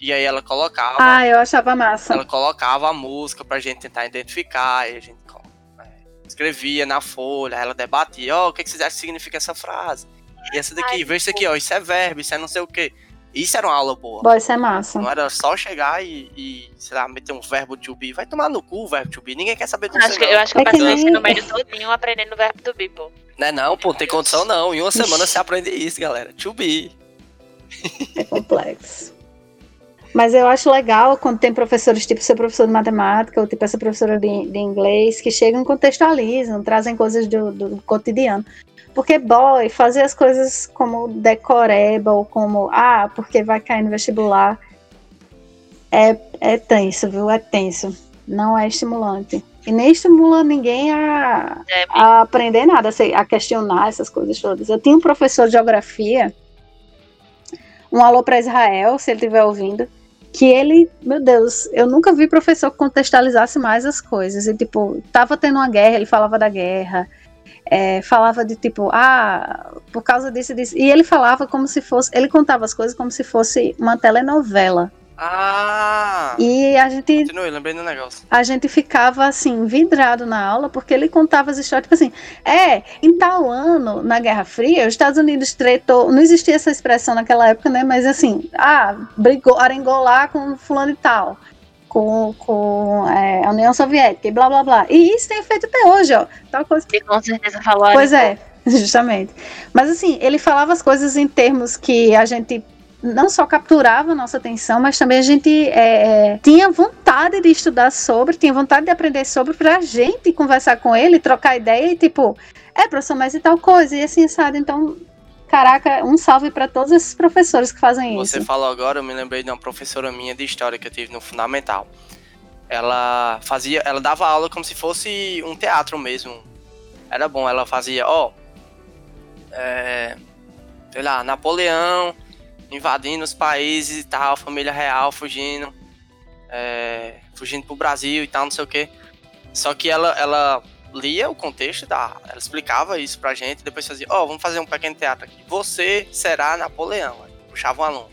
A: E aí ela colocava.
C: Ah, eu achava massa.
A: Ela colocava a música pra gente tentar identificar, e a gente co- é, escrevia na folha, ela debatia, ó, o que, que vocês acham que significa essa frase? E essa daqui, veja isso aqui, ó, isso é verbo, isso é não sei o quê. Isso era uma aula boa.
C: Boy, isso é massa.
A: Não era só chegar e, e, sei lá, meter um verbo to be. Vai tomar no cu o verbo to be. Ninguém quer saber do
B: Acho que,
A: seu
B: eu acho que eu
C: É que
B: passei o
C: nem-
B: ensino médio todinho aprendendo o verbo to be, pô.
A: Não é não, pô, não tem condição não. Em uma
C: Ixi.
A: semana você aprende isso, galera. To be.
C: É complexo. Mas eu acho legal quando tem professores, tipo seu professor de matemática, ou tipo essa professora de, de inglês, que chegam e contextualizam, trazem coisas do, do cotidiano. Porque, boy, fazer as coisas como decoreba, ou como, ah, porque vai cair no vestibular, é, é tenso, viu? É tenso. Não é estimulante. E nem estimula ninguém a,
B: É,
C: a aprender nada, a se- a questionar essas coisas todas. Eu tinha um professor de geografia, um alô para Israel, se ele estiver ouvindo, que ele, meu Deus, eu nunca vi professor que contextualizasse mais as coisas. E tipo, tava tendo uma guerra, ele falava da guerra, é, falava de tipo, ah, por causa disso e disso. E ele falava como se fosse, ele contava as coisas como se fosse uma telenovela.
A: Ah!
C: E a gente
A: Continue, lembrei do negócio.
C: a gente ficava assim, vidrado na aula, porque ele contava as histórias, tipo assim, é, em tal ano, na Guerra Fria, os Estados Unidos tretou, não existia essa expressão naquela época, né, mas assim, ah, brigou, arengou lá com fulano e tal, com, com é, a União Soviética e blá, blá, blá. E isso tem efeito até hoje, ó, tal coisa.
B: e com certeza falou
C: Pois é, *laughs* justamente. Mas assim, ele falava as coisas em termos que a gente não só capturava a nossa atenção, mas também a gente é, é, tinha vontade de estudar sobre, tinha vontade de aprender sobre, pra gente conversar com ele, trocar ideia e tipo, é professor, mas e tal coisa, e assim, sabe? Então, caraca, um salve pra todos esses professores que fazem
A: Você
C: É isso.
A: falou agora, eu me lembrei de uma professora minha de história que eu tive no Fundamental. Ela fazia. Ela dava aula como se fosse um teatro mesmo. Era bom, ela fazia, ó. é, sei lá, Napoleão invadindo os países e tal, família real fugindo. é, fugindo pro Brasil e tal, não sei o quê. Só que ela, ela lia o contexto da. Ela explicava isso pra gente, depois fazia, ó, vamos fazer um pequeno teatro aqui. Você será Napoleão. Aí Puxava um aluno.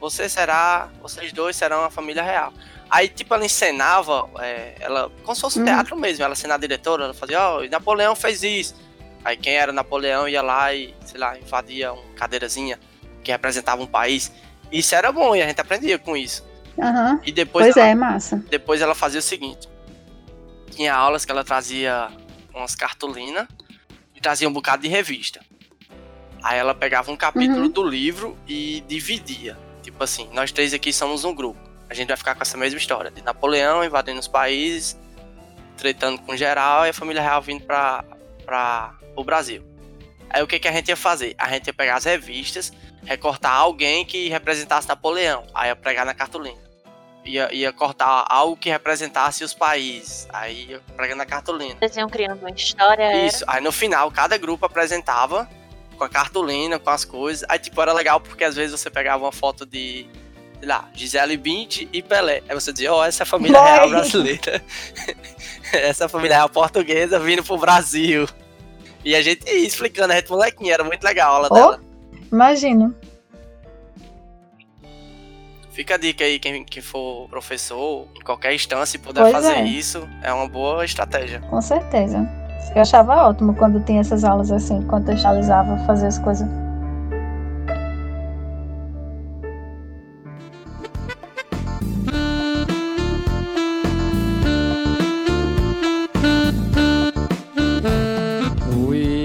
A: Você será. Vocês dois serão a família real. Aí, tipo, ela encenava, é, ela. Como se fosse
H: Uhum.
A: teatro mesmo, ela sendo a diretora, ela fazia, ó, e Napoleão fez isso. Aí quem era Napoleão ia lá e, sei lá, invadia uma cadeirazinha que representava um país. Isso era bom e a gente aprendia com isso.
F: Aham.
A: E depois
F: Pois
A: ela
F: é, massa.
A: depois ela fazia o seguinte: tinha aulas que ela trazia umas cartolinas e trazia um bocado de revista. Aí ela pegava um capítulo do livro e dividia. Tipo assim, nós três aqui somos um grupo. A gente vai ficar com essa mesma história de Napoleão invadindo os países, tretando com geral e a família real vindo pra, pra, pro Brasil. Aí o que, que a gente ia fazer? A gente ia pegar as revistas, recortar alguém que representasse Napoleão, aí ia pregar na cartolina ia, ia cortar algo que representasse os países. Aí ia pregando a cartolina.
B: Eles iam criando uma história.
C: É.
B: era-
A: Isso. Aí no final, cada grupo apresentava com a cartolina, com as coisas. Aí, tipo, era legal porque às vezes você pegava uma foto de, sei lá, Gisele Bint e Pelé. Aí você dizia, ó, essa é a família
F: Vai.
A: real brasileira. *laughs* essa é a família real portuguesa vindo pro Brasil. E a gente ia explicando, a gente molequinha, era muito legal a aula
C: Ó.
A: dela.
C: Imagino.
A: Fica a dica aí, quem, quem for professor, em qualquer instância, e puder
C: Pois
A: fazer
C: é.
A: isso, é uma boa estratégia.
C: Com certeza. Eu achava ótimo quando tinha essas aulas assim, contextualizava, fazer as coisas.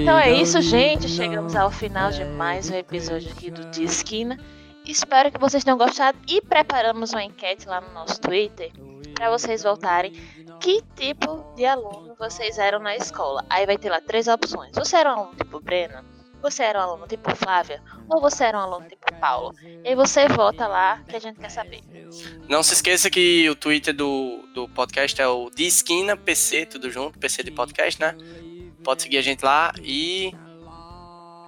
B: Então é isso, gente. Chegamos ao final de mais um episódio aqui do Dia Esquina. Espero que vocês tenham gostado e preparamos uma enquete lá no nosso Twitter para vocês voltarem que tipo de aluno vocês eram na escola. Aí vai ter lá três opções. Você era um aluno tipo Brena? Você era um aluno tipo Flávia? Ou você era um aluno tipo Paulo? E aí você vota lá que a gente quer saber.
A: Não se esqueça que o Twitter do, do podcast é o de esquina PC, tudo junto, PC de podcast, né? Pode seguir a gente lá e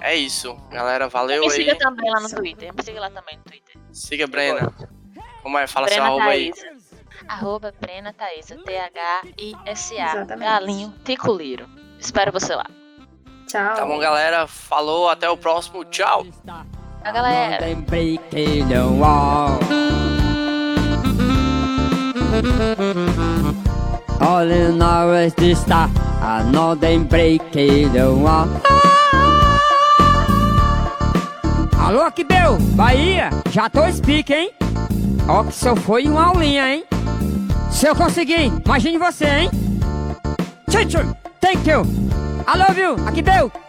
A: é isso, galera. Valeu
B: Me
A: aí.
B: siga também lá no Twitter. Me siga lá também no Twitter.
A: Siga a Brena. Como é? Fala seu
B: Brena
A: arroba aí.
B: Thaísa. Arroba Brena Thaísa. T-H-I-S-A.
F: Exatamente.
B: Galinho Ticuliro. Espero você lá.
F: Tchau.
A: Tá bom, galera. Falou, até o próximo. Tchau.
B: Tchau, galera.
I: Tá. Não tem brinquedo, ó. Olha na revista, a ah, não tem brinquedo, ó. Alô, que deu? Bahia, já tô speak, hein? Ó, que se eu foi uma aulinha, hein? Se eu conseguir, imagine você, hein? Tchau, tchau. Thank you. I love you. Aqui deu.